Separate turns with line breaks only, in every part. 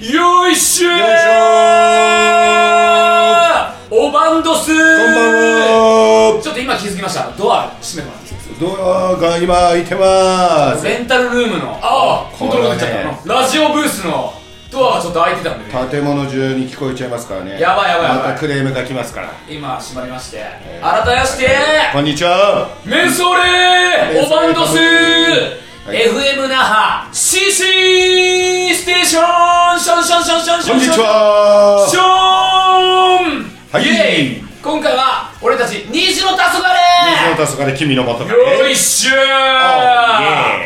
よいしょーおバンドスー
こんばんは
ちょっと今気づきましたドア閉めてもらっていいです
ドアが今開いてま
か
す
レンタルルームのああ
こ
本
れ
当
はね
に開いちゃったラジオブースのドアがちょっと開いてたんでね
建物中に聞こえちゃいますからね
やばいやばいやばい
またクレームが来ますから
今閉まりまして改めまして
こんにちは
メンソーレー
メン
お
ソー
バ
レ
ン
ー
ドスー
はい
FM 那覇 CC ステーションションションションションショ
こん
ン
にち
ションショ
は
ーン、
はい
イエーイ今回は俺たち虹の黄
水の
昏
たすかで君の元
よいしょー
イエー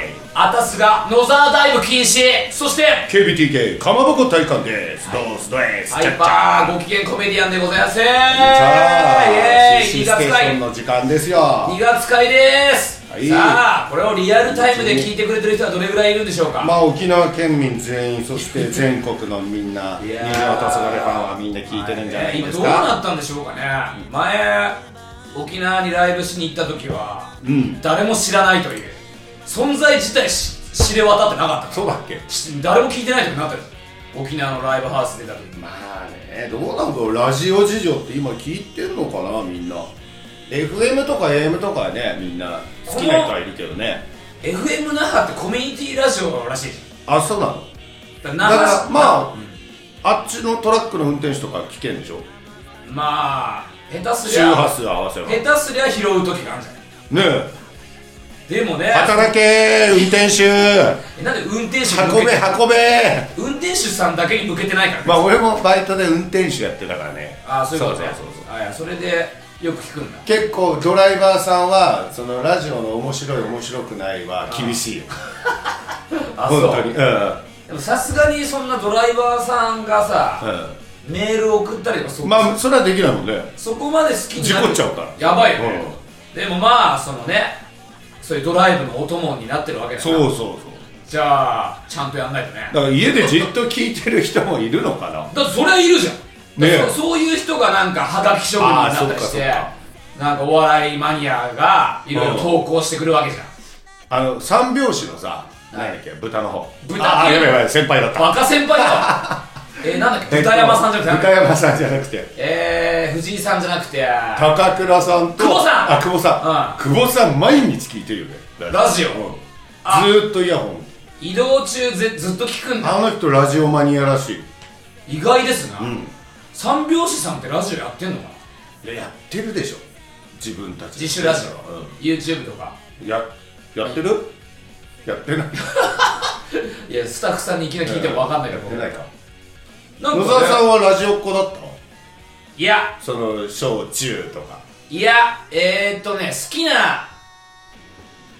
イ
あたすが野沢ダイブ禁止そして
KBTK かまぼこ体感ですどうすどえす
ハイパーご機嫌コメディアンでございますイエ
さあ
ーイ
CC
2
ス
月
テーション
会
の時間ですよ
2月会です、
はい
さあこれをリアルタイムで聞いてくれてる人はどれぐらいいるんでしょうか、
まあ沖縄県民全員そして全国のみんな
い
虹の
やー
たすかでファンはみんな聞いてるんじゃないです
今どうな
か
ったんでしょうかね前沖縄にライブしに行った時は
うん
誰も知らないという存在自体し知れ渡ってなかったか
そうだっけ
らし誰も聞いてないとになってる沖縄のライブハウス出た時
まあねどうなんだろうラジオ事情って今聞いてんのかなみんな FM とか AM とかはねみんな好きな人はいるけどね
FM 那覇ってコミュニティラジオらしいじ
あそうなの
ゃん
だ
だか
か
らら
まあ、
うん
あっちのトラックの運転手とか聞けんでしょ
まあ下手すり
周
ゃ
波数合わせばね
下手すりゃ拾う時があるんじゃない
え
でもね
働け運転手
えなんで運転手に向
運
け
べ
て
運べ
運転手さんだけに向けてないからね、
まあ俺もバイトで運転手やってたからね
ああそういうことね
そうそうそう
あいやそれでよく聞くんだ
結構ドライバーさんはそのラジオの面白い面白くないは厳しいよ
あ
本当にうんう
でもさすがにそんなドライバーさんがさ、
ん
メール送ったりとかそ,、
まあそれはできないもんね
そこまで好きに
事
な
故っちゃうから
やばいよね、
うん
でもまあそのねそういうドライブのお供になってるわけだか
そう
ら
そうそう
じゃあちゃんとやんないとね
だから家でじっと聞いてる人もいるのかな
だってそれはいるじゃん、
ねえ
だからそそういう人がなんかはがき職人になったりして
あーそっか
なんかお笑いマニアがいろいろ投稿してくるわけじゃん
あの三拍子のさ
はい
何だっけ豚の方
豚
ああやばいやばい先輩だった
バカ先輩 だえー、なんだっけ豚山さんじゃなくて
豚山さんじゃなくて
えー、藤井さんじゃなくて
高倉さんと
久保さん
あ久保さん、久保さん毎日聞いてるよね
ラジオ
うん
あ
ずーっとイヤホン
移動中ぜずっと聞くんだ
あの人ラジオマニアらしい
意外ですな、
ん
三拍子さんってラジオやってんのかない
ややってるでしょ自分たちで
自主ラジオ、
う
YouTube とか
んややってるやってない
いやスタッフさんにいきなり聞いても分かんないから、
やってないか
なんかね
野沢さんはラジオっ子だったの
いや
その小中とか
いやえー、っとね好きな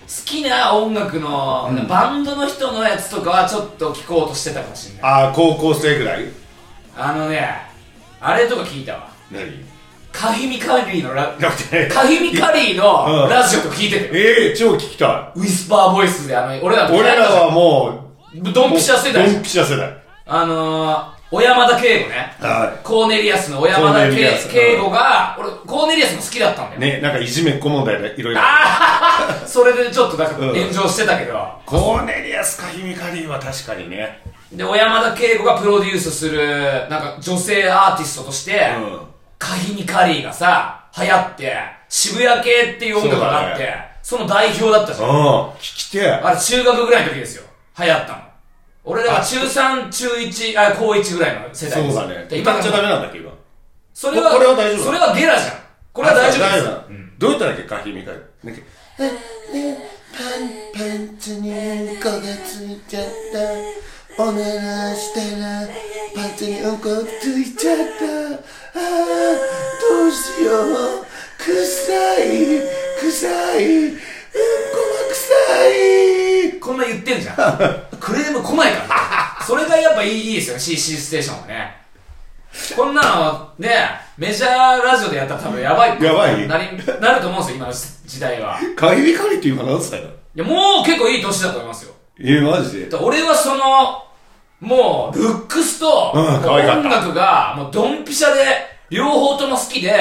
好きな音楽の、
うん
バンドの人のやつとかはちょっと聞こうとしてたかもしれない
ああ高校生ぐらい
あのねあれとか聞いたわ
何
カヒミカリーのラ
なくて
カヒミカリーの
うん
ラジオとか聞いてて、
ええ超聞きた
ウィスパーボイスであの俺ら
い俺らはもう
ドンピシャ世代
ドンピシャ世代
あのー、小山田圭吾ね。
は
コーネリアスの小山
コ
田
ーネリア
圭
ス
圭吾が、俺、コーネリアスも好きだったんだよ。
ねなんかいじめっ子問題でいろいろ
それでちょっとだから
うん
炎上してたけど。
コーネリアスかヒミカリーは確かにね
で、小山田圭吾がプロデュースする、なんか女性アーティストとして、
うん
カヒニカリーがさ、流行って、渋谷系っていう音楽があっ
そう
て
だ、
そ,、の代表だったじ
うん
ゃん。
聞きてえ
あれ中学ぐらいの時ですよ。流行ったの。俺らが中3、中1、あ、高1ぐらいの世代
そ
です。
うだね
で今
歌っちゃダメなんだっけ今
それは、
これは大丈夫
それはゲラじゃん。これは大丈夫です。
夫どうやったらっけかヒミカリなんか
パンツにうんこがついちゃったおならしたらパンツにうんこついちゃったあーどうしよう臭い臭いうんこは臭い
こんな言ってんじ ゃんクレーム来ないからそれがやっぱいいいいですよね CC ステーションはねこんなのねメジャーラジオでやったら多分やばい。
やばい
なり、なると思うんですよ、今の時代は。い
かゆいかりって今何歳だ
や、もう結構いい年だと思いますよ。
え、マジで
だから俺はその、もう、ルックスと、
うん可愛かっ
音
た
楽が、もうドンピシャで、両方とも好きで、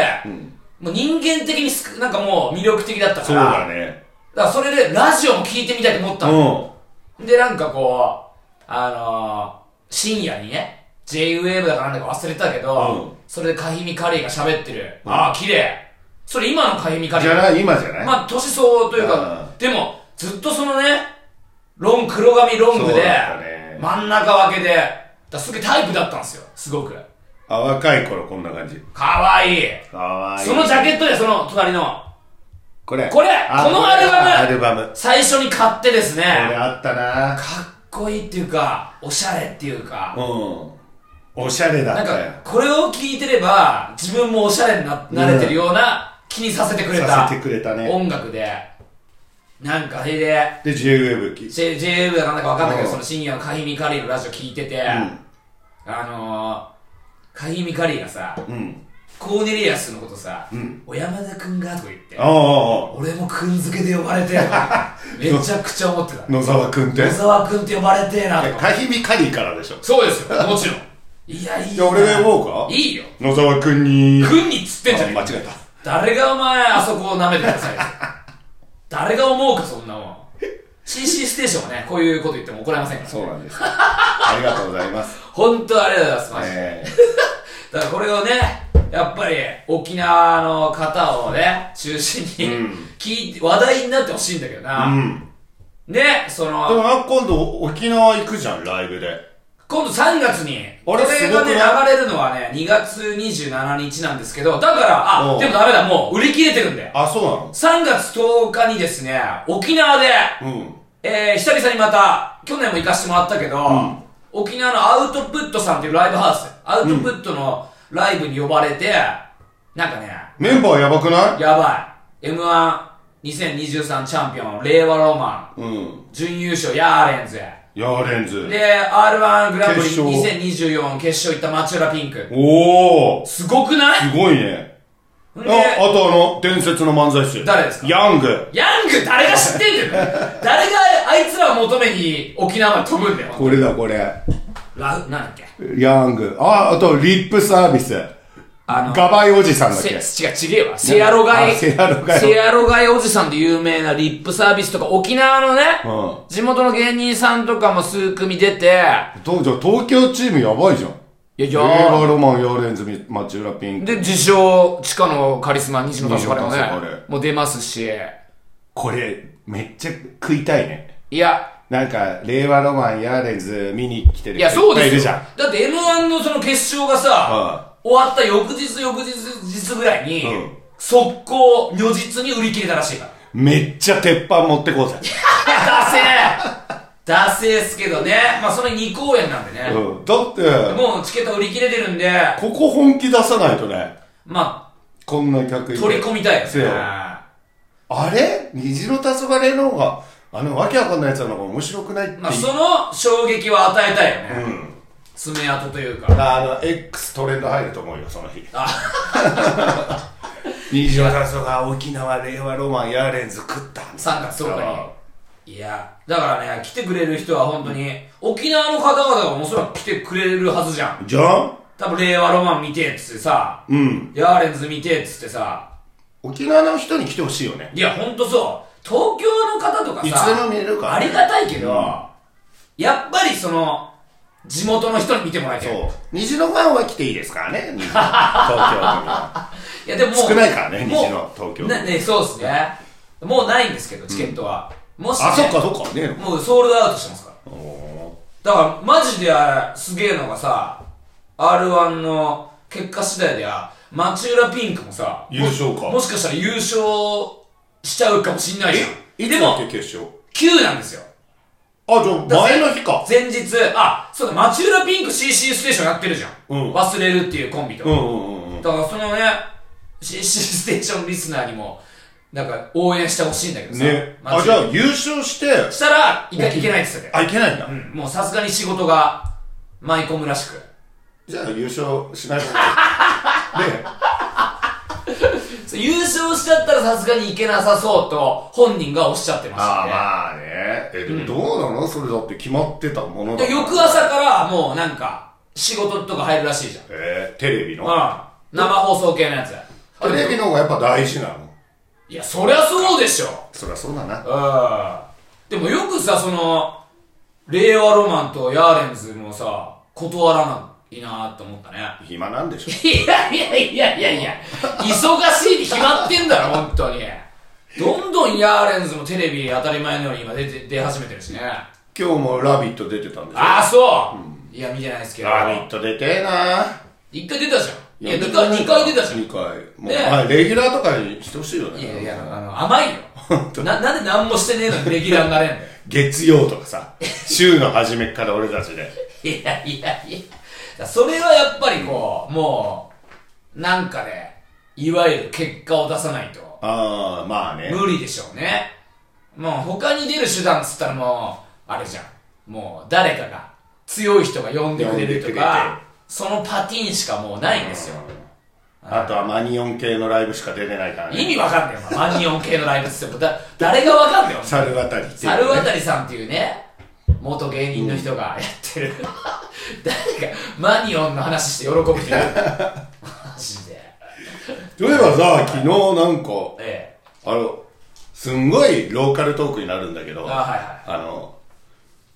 もう人間的にすくなんかもう魅力的だったから、
そうだね。
だからそれでラジオも聞いてみたいと思ったの。
う
で、なんかこう、あのー、深夜にね、J-Wave だからなんだか忘れたけど、
うん
それでカヒミカリーが喋ってる。
うん
ああ、綺麗。それ今のカヒミカ
ん。
リ
じ
ー
ゃ。ない、今じゃない
まあ、年相応というか、でも、ずっとそのね、ロン、黒髪ロング
そう
で
だった、ね
真ん中分けで、だからすげえタイプだったんですよ、すごく。
あ、若い頃こんな感じ。
かわいい。
かわいい。
そのジャケットで、その隣の、
これ。
これ
あ
このアルバム
アルバム。こ
最初に買ってですね、
れあったな
かっこいいっていうか、おしゃれっていうか、
うん。おしゃれだ
なん
ったよ
か。、これを聞いてれば、自分もおしゃれにななれてるような気にさせてくれた
させてくれたね。
音楽で、なんか、それで、
で、JWave き。
J、JA だかなんかわかんないけど、
うん
その深夜のカヒミカリーのラジオ聞いてて、あのー、カヒミカリーがさ、
うん。うん。
コーネリアスのことさ、
ん
お山田くんがとか言って
あ、ああ
俺もくん付けで呼ばれてえなめちゃくちゃ思ってた
あ。。野沢くんって
小。沢くんって呼ばれてえなとか。
カヒビカリーからでしょ。
そうですよ、もちろん。いや、いい
じゃ
な。
あ俺が呼ぼうか
いいよ。
野沢くんに。
くんにっつってんじゃねえ
あ間
か
違えた。
誰がお前あそこを舐めてくださいよ誰が思うかそんなもん CC ステーションはねこういうこと言っても怒られませんから
そうな んです。ありがとうございます。
本当ありがとうございますマジで
え
だからこれをねやっぱり沖縄の方をね中心に、
うん
聞いて話題になってほしいんだけど
えう
な、
ん。
ねそ
で
の
もなんか今度沖縄行くじゃん、ライブで。
今度3月にこれ
すご
が
く
ね
な
流れるのはね2月27日なんですけどだからあ
おう
でもダメだもう売り切れてるんで
あ、そ
3月10日にですね沖縄で
うなのうん。
えー、久々にまた、去年も行かしてもらったけど、
ん
沖縄のアウトプットさんっていうライブハウス、アウトプットのライブに呼ばれて、なんかね、
メンバーやばくない
やばい。M12023 チャンピオン、令和ロマン、
うん。
準優勝、ヤーレンズ。
ヤーレンズ。
で、R1 グランプリ
決勝
2024決勝行った町浦ピンク。
おー。
すごくない
すごいね。
ん
あ、あ
で、
とあの、伝説の漫才師。
誰ですか
ヤング。
ヤング誰が知ってん だよ。誰があいつらを求めに沖縄まで飛ぶんだよ。
これだ、これ。
ラウ、なんだっけ
ヤング。あ、あと、リップサービス。
あの、
ガバイおじさんだっ
せ、
け。
違う、ちげえわ。セアロガイ。
あセアロガイ
セアロガイおじさんで有名なリップサービスとか、沖縄のね、
う
地元の芸人さんとかも数組出て、
ん。じゃあ東京チームやばいじゃん。
いや、い
令和
や
ロマン、ヤーレンズ、町浦ピンク。
で、自称、地下のカリスマ、西野達也も
西野達也
ね、もう出ますし、
これ、めっちゃ食いたいね。
いや、
なんか、令和ロマン、ヤーレンズ見に来てる
いや、そう
いっぱいい
です
るじ
よ
ゃん。。
だって M1 のその決勝がさ、終わった翌日、翌日、日ぐらいに
うん、
速攻、如実に売り切れたらしい から。
めっちゃ鉄板持ってこうぜ。
ダセーダセーっすけどね。まあ、その2公演なんでね。
うん。だって、
もうチケット売り切れてるんで、
ここ本気出さないとね、
ま
こんな客い
あ、
て
取り込みたいですね
せ。あれ虹の黄昏の方が、あの、わけわかんないやつなのが面白くないって
まあ、
言い
その衝撃は与えたいよね。
うん。
爪痕というか。
あの、X トレンド入ると思うよ、その日。
あ、
虹の黄昏が沖縄、令和ロマン、ヤーレンズ食った。
3月10日に。いや、だからね、来てくれる人は本当に、沖縄の方々がおそらく来てくれるはずじゃん。
じゃん
多分、令和ロマン見てえっつってさ、
うん。
ヤーレンズ見てえっつってさ、
沖縄の人に来てほしいよね。
いや、ほんとそう。東京の方とかさ、
いつでも見れるから
あ
ね
りがたいけど、
うん
やっぱりその、地元の人に見てもらいたい。
そう。虹のファンは来ていいですからね、虹の東京には。
いやでももう
少ないから
も
ね
う
西の東京
ねねそうですねもうないんですけどチケットは、もし、ね、
あ、そっかそっか、ねえのか
もうソールドアウトしてますから
お
だからマジであれすげえのがさ r 1の結果次第では町浦ピンクもさ
優勝か
ももしかしたら優勝しちゃうかもしんないじゃん
ーい
で
つ
も
だっけ、決勝。
9なんですよ
あ、じゃあ前の日か。
前日あそうだ町浦ピンク CC ステーションやってるじゃん、
うん
忘れるっていうコンビと、
うんうんうんうん。
だからそのね、CC ステーション リスナーにも、なんか応援してほしいんだけどさ。
ね。
ま
あ、じゃあ優勝して、
したら、いかいけないって言ってたよ。
あ、いけないんだ
う。ん、もうさすがに仕事が舞い込むらしく。
じゃあ優勝しない方がいい。
そう優勝しちゃったらさすがにいけなさそうと本人がおっしゃってました
ああ、
ね。
まあね。え、でもどうなのそれだって決まってたものだ
で
から。
翌朝からもうなんか仕事とか入るらしいじゃん。
えー、テレビの
うん。生放送系のやつ。
テレビの方がやっぱ大事なの。
いや、そりゃそうでしょ。
そりゃそうだな。
うん。でもよくさ、その、令和ロマンとヤーレンズもさ、断らないなーって思ったね。
暇なんでしょ。
いやいやいやいやいや、忙しいに決まってんだろ、本当に。どんどんヤーレンズもテレビ当たり前のように今出て出始めてるしね。
今日も「ラビット!」出てたんでしょ
ああ、そう、いや、見てないですけど。
ラビット!」出てえな
一回出たじゃん。いや、
出
二
てな
回、
い
二回出たじゃん。
二回もう、
ねえ
はい、レギュラーとかにしてほしいよね
いやいや、あの、甘いよ。な、なんで何もしてねえのにレギュラーになれんだよ。
月曜と かさ週の初めっから俺たちで
いやいやいや。それはやっぱりこう、もう、なんかね、いわゆる結果を出さないと、
ああまあね
無理でしょうね。もう他に出る手段っつったらもう、あれじゃん。もう誰かが、強い人が呼んでくれる
呼んで
と
くれて
か、そのパティーンしかもうないんですよ。
あとはマニオン系のライブしか出てないからね
意味わかんねえよ、お前マニオン系のライブっつっても、だ、誰がわかんねえよ、お前
猿渡りっていうね
猿渡さんっていうね元芸人の人がやってる、 誰かマニオンの話して喜ぶ人いる マジで
そういえばさ昨日なんか
え
あのすんごいローカルトークになるんだけ
え
ど
あはいはい
あの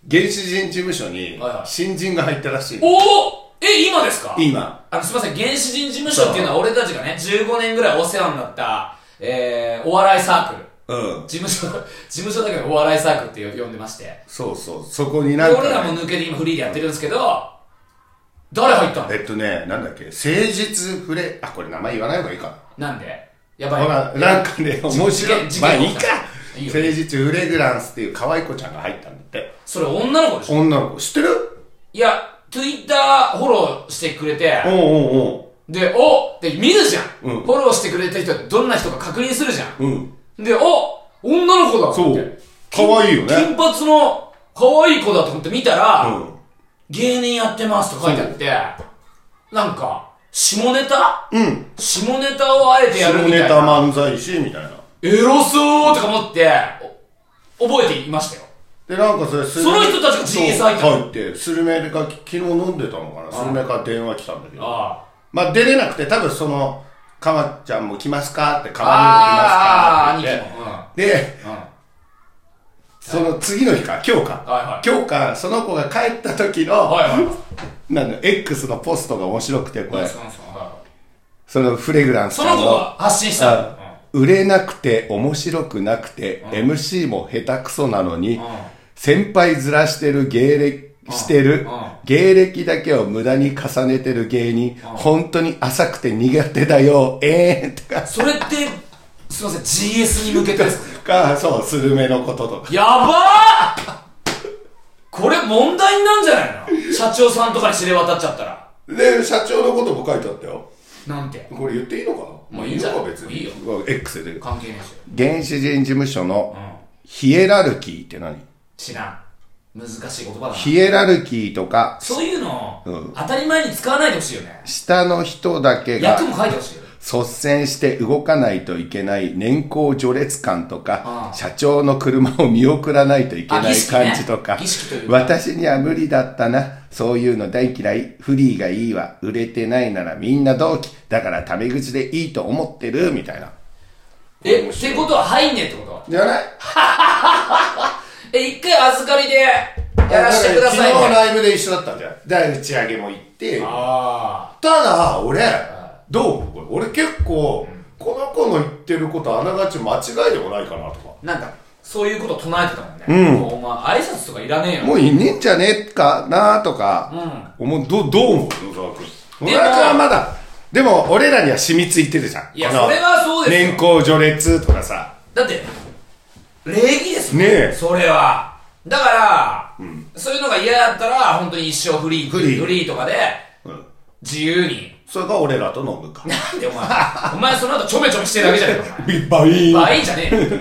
原始人事務所に
はいはい
新人が入ったらしい
おおえ今ですか
今
あのすいません原始人事務所っていうのは俺たちがね15年ぐらいお世話になった、えー、お笑いサークル
うん
事務所 事務所だけどお笑いサークルって呼んでましてで
そうそうそこになんか、ね、
俺らも抜けて今フリーでやってるんですけど誰入ったの
えっとね、なんだっけ、誠実フレ、あ、これ名前言わない方がいいか
なんでや
な。
ばい
ほら、なんかね、面白い
事。件
まあいい
事件起き
か
た。いいよ
誠実フレグランスっていう可愛い子ちゃんが入ったんだって。
それ女の子でしょ
女の子、知ってる
いや、ツイッターフォローしてくれて
お、う
で、おって見るじゃん、
うん
フォローしてくれてる人はどんな人か確認するじゃ
おうおう。うん。
ん。で、お女の子だと
そ
思っ
う
て。。
可愛いよね。
金髪の可愛い子だと思って見たら、
うん。
芸人やってますと書いてあって、なんか、下ネタ
うん。
下ネタをあえてや
下
るみた
ネ
い
タ
な。
漫才師みたいな。
エロそうとか思って、お覚えていましたよ。
で、なんかそれ、そ
その人たちが GS 入ったの
入って、スルメが昨日飲んでたのかな。スルメから電話来たんだけど。
あ
まあ出れなくて、多分その、かまちゃんも来ますかって、か
あ。あ
ま
あ
に
ー、
も来ます
兄
かって
貴も。うん。は
言って。で、その次の日か、今日
い
か。
はい。
今日か、その子が帰った時の、
はいはい。
なんだ、X のポストが面白くて、これ、
そうそうそうはい
そのフレグランス
その
さん
子が発信したの。うん
売れなくて、面白くなくて、MC も下手くそなのに、先輩ずらしてる芸歴、して
うん
る、芸歴だけを無駄に重ねてる芸人、本当に浅くて苦手だよ、ええー、とか、
それって、すいません、GS に向けてですか
か、 そう、スルメのこととか。
やばーこれ問題になんじゃないの社長さんとかに知れ渡っちゃったら。
で、社長のことも書いてあったよ。
なんて。
これ言っていいのかな
まあいいんじゃないいいよ。
うわ X で出る。
関係ねえし。
原始人事務所の
うん。
ヒエラルキーって何
知らん。難しい言葉だな。
ヒエラルキーとか、
そういうの
うん、
当たり前に使わないでほしいよね。
下の人だけが
役も書いてほしいよ。
率先して動かないといけない年功序列感とか
あ、あ
社長の車を見送らないといけな
あ儀
い
式ね
感じとか
儀式という、か
私には無理だったな。そういうの大嫌い。フリーがいいわ。売れてないならみんな同期。だからタメ口でいいと思ってる、みたいな。
え、ってことは入んねえってこと
じゃない
え、一回預かりで、やらせてください
昨日
ね。
ライブで一緒だったんじゃん。で、打ち上げも行って、
あ
ただ俺どう思うこれ俺結構、この子の言ってることあながち間違いでもないかなとか
あ。なんか、そういうこと唱えてたもんね。うん。お前、挨拶とかいらねえよ。
もういねえんじゃねえかなと
うん
か、思うどうどう思う野沢君
でも
野沢君はまだでも俺らには染みついてるじゃん
いや
この
それはそうですよ
年功序列とかさ
だって礼儀ですもん
ねえ
それはだから、そういうのが嫌だったら本当に一生フリー
フリー
フリーとかで
うん
自由に
それが俺らと飲むか
なんでお 前お前その後ちょめちょめしてるだけじゃねえか
ビッバ
お前
イ
まあいいじゃねえよ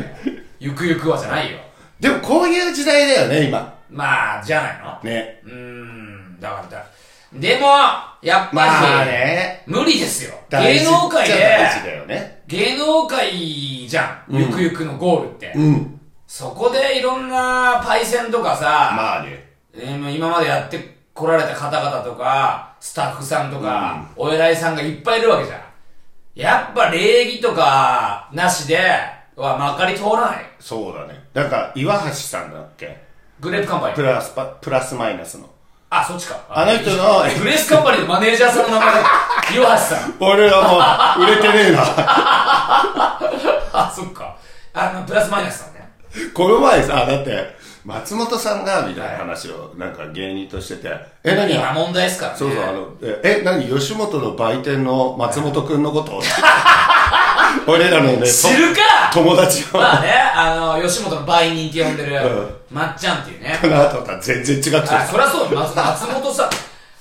ゆくゆくはじゃないよ
でもこういう時代だよね今
まあじゃないの
ね
うーんだからだでも、やっぱり、
まあね。
無理ですよ。
大
芸
事
能界
っちゃ大事
で、
だよね。
芸能界じゃん。
うん
ゆくゆくのゴールって。
うん。
そこでいろんなパイセンとかさ、
まあね。
えーまあ今までやってこられた方々とか、スタッフさんとか、お偉いさんがいっぱいいるわけじゃん。やっぱ礼儀とか、なしで、はまかり通らない。
そうだね。なんか、岩橋さんだっけ
グレープカンパニ
プ
ー。
ラスパ、プラスマイナスの。
あ、そっちか。
あの人の、
グレースカンパニーのマネージャーさんの名前だ。 岩橋さん。
俺はもう、売れてねえな。
あ、そっか。あの、プラスマイナスさんね。
この前さ、だって、松本さんが、みたいな話を、なんか芸人としてて、え、何
今問題ですからね。
そうそう、あの、え、え何吉本の売店の松本くん のこと俺らのね、と
知るか
友達を、
まあね、あの、吉本の売人って呼んでる
ん、
まっちゃんっていうね。
この後とは全然違くて
あ、
さ、
そりゃそうよ、松松本さん。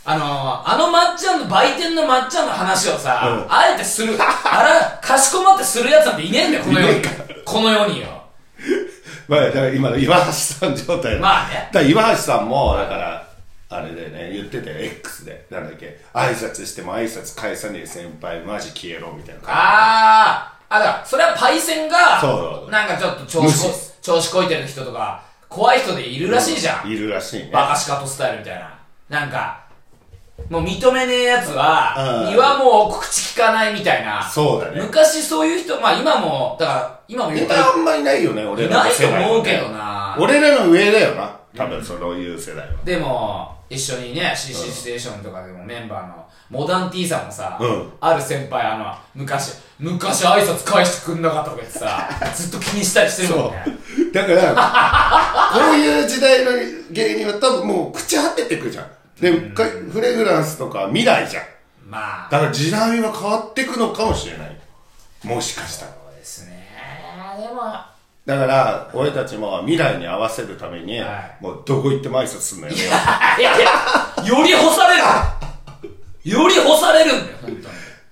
あのー、あのまっちゃんの、売店のまっちゃんの話をさ、
う
あえてする、あら、かしこまってするやつなんていねえんだよ、この世に。この世によ。
まあ、だから今の岩橋さん状態
まあね
だから岩橋さんも、だから、あれでね、言ってて、X で、なんだっけ、挨拶しても挨拶返さねえ先輩、マジ消えろ、みたいな感
あー、あ、だから、それはパイセンが
そ、う
なんかちょっと調子こ
無、
調子こいてる人とか、怖い人でいるらしいじゃん。
じ。いるらしいね。
バカシカトスタイルみたいな。なんか、もう認めねえやつは、
うん
にはもう口聞かないみたいな。
そうだね
昔そういう人、まあ今も、だから、今も言
ネ
うた
タあんまりないよね、俺らの世代は
いな
ね
いと思うけどな
俺らの上だよな、多分そういう世代は。
でも、一緒にね、CC ステーションとかでもメンバーの、モダン T さんもさ、
うん
ある先輩、あの、昔、昔挨拶返してくんなかったとか言って さ、ずっと気にしたりしてるもんね。
そう。だから、 こういう時代の芸人は多分もう朽ち果ててくじゃん。で、かフレグランスとか未来じゃん。
まあ、
だから時代は変わってくのかもしれない。もしかしたら。
そうですね。でも、
だから、俺たちも未来に合わせるために、
は
もうどこ行っても挨拶すんのよね。
いやいや、より干されるより干されるんだよ、本当に。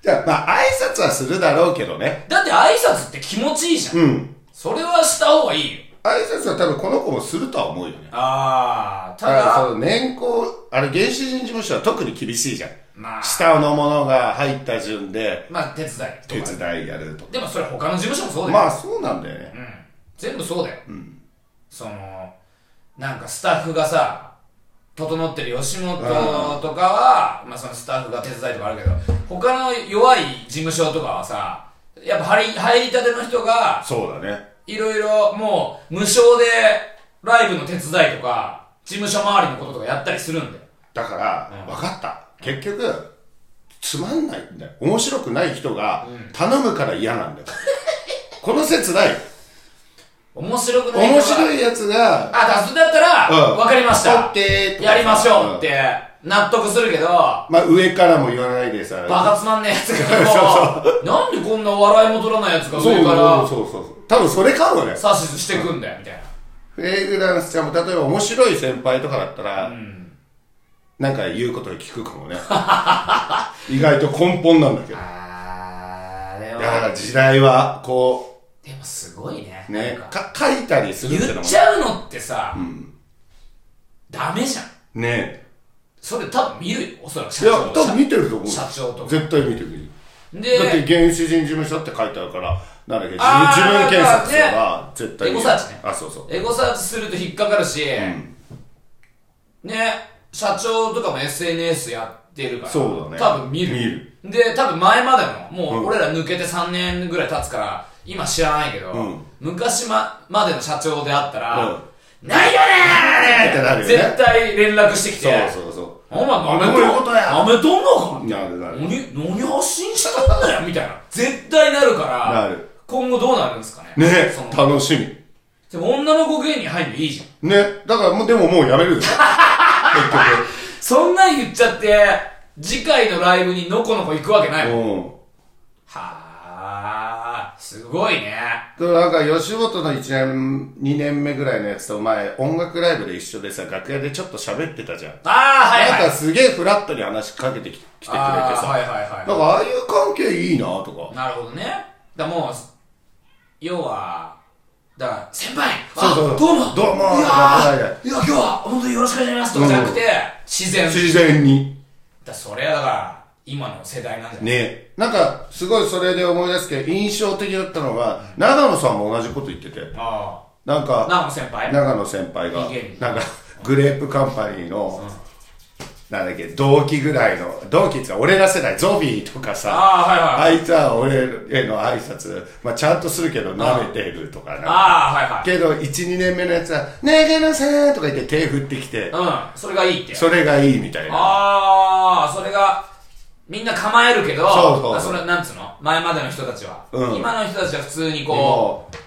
じゃあ、まあ、挨拶はするだろうけどね。
だって挨拶って気持ちいいじゃん。
うん。
それはした方がいいよ。
挨拶は多分この子もするとは思うよね。
ああ、た
だからそ
だ、
の年功、あれ原始人事務所は特に厳しいじゃん。
まあ
下のものが入った順で、
まあ手伝い
手
とか。
伝いやるとか。
でもそれ他の事務所もそうだよ。
まあそうなんだよね。
うん全部そうだよ、そのなんかスタッフがさ整ってる吉本とかは、まあそのスタッフが手伝いとかあるけど他の弱い事務所とかはさやっぱ入り入りたての人が
そうだね。
いろいろもう無償でライブの手伝いとか事務所周りのこととかやったりするんだよ
だから、分かった。結局、つまんないんだよ。面白くない人が頼むから嫌なん だよ。この説ない。
面白くない
面
人が
白いやつが、
あだからそれだったら、
うん
分かりまし
オッ
た
ケーとか
やりましょうって納得するけど、
まあ上からも言わないでさ。
バカつまんねえやつ がなんでこんな笑いも取らないやつが
そう
上から
そうそうそう。多分それかも
指
ね。
図してくんだよみたいな
フレグランスちゃんも例えば面白い先輩とかだったら、なんか言うことを聞くかもね 意外と根本なんだけどだ
あーでも
から時代はこ
でもすごいね
うね
なんか
か書いたりするっての
言
も
っちゃうのってさ、ダメじゃん
ね
それ多分見るよおそらく
い
社
や
長
多分見てると思う
社長とか
絶対見てる見る
で
だって原始人事務所って書いてあるからなんだっけ自分
あー
自分検索すれ
だから
ば絶対見る
エゴサーチね
あそうそう
エゴサーチすると引っかかるし、ね社長とかも SNS やってるから
そうだね
多分見る
見る
で多分前までももううん俺ら抜けて3年ぐらい経つから今知らないけど、
うん
昔ままでの社長であったら「ないよ
ない
ねー!」
ってなるよね
絶対連絡してきて
そうそうそう
お前なめ
あ
と
こういうことや
なめとんのか
なるなる
何何発信してたんだよみたいな絶対なるから
なる
今後どうなるんですかね
ね
その
楽しみ
でも女の子芸人入るのいいじゃん
ねだからもうでももうやめるでしょ結局
そんなん言っちゃって、次回のライブにのこのこ行くわけない もん。は
うん。
あ、すごいね。
でもなんか、吉本の1年、2年目ぐらいのやつと、お前、音楽ライブで一緒でさ、楽屋でちょっと喋ってたじゃん。
ああ、はいはい。
なんかすげえフラットに話しかけてき来てくれてさ、
あーはいはい
なん
は
かああいう関係いいなと
い。
か。
なるほどね。だからもう、要は、だから、先輩
そうそう
あどうも
どうも
いや
はいはいは
ーいや今日は本当によろしくお願いしますとかじゃなくて、自然。
自然に。
だそれはだから、今の世代なんじゃない、
ねなんか、すごいそれで思い出すけど、印象的だったのが、長野さんも同じこと言ってて、
あ
なん
あ。
か、
なお先輩
長野先輩が
いい芸、人
なんか、グレープカンパニーの、なんだっけ、同期ぐらいの、同期っていうか俺ら世代、ゾビーとかさ、
ああ、はいはい。
あいつは俺への挨拶、まあ、ちゃんとするけど、舐めてるとかな。
ああ、はいはい。
けど、1、2年目のやつは、長野さんとか言って手振ってきて、
うん、それがいいって。
それがいいみたいな。
ああ、それが、みんな構えるけど、
そうそう
あれなんつうの前までの人たちは、
うん
今の人たちは普通にこ
もう、
う、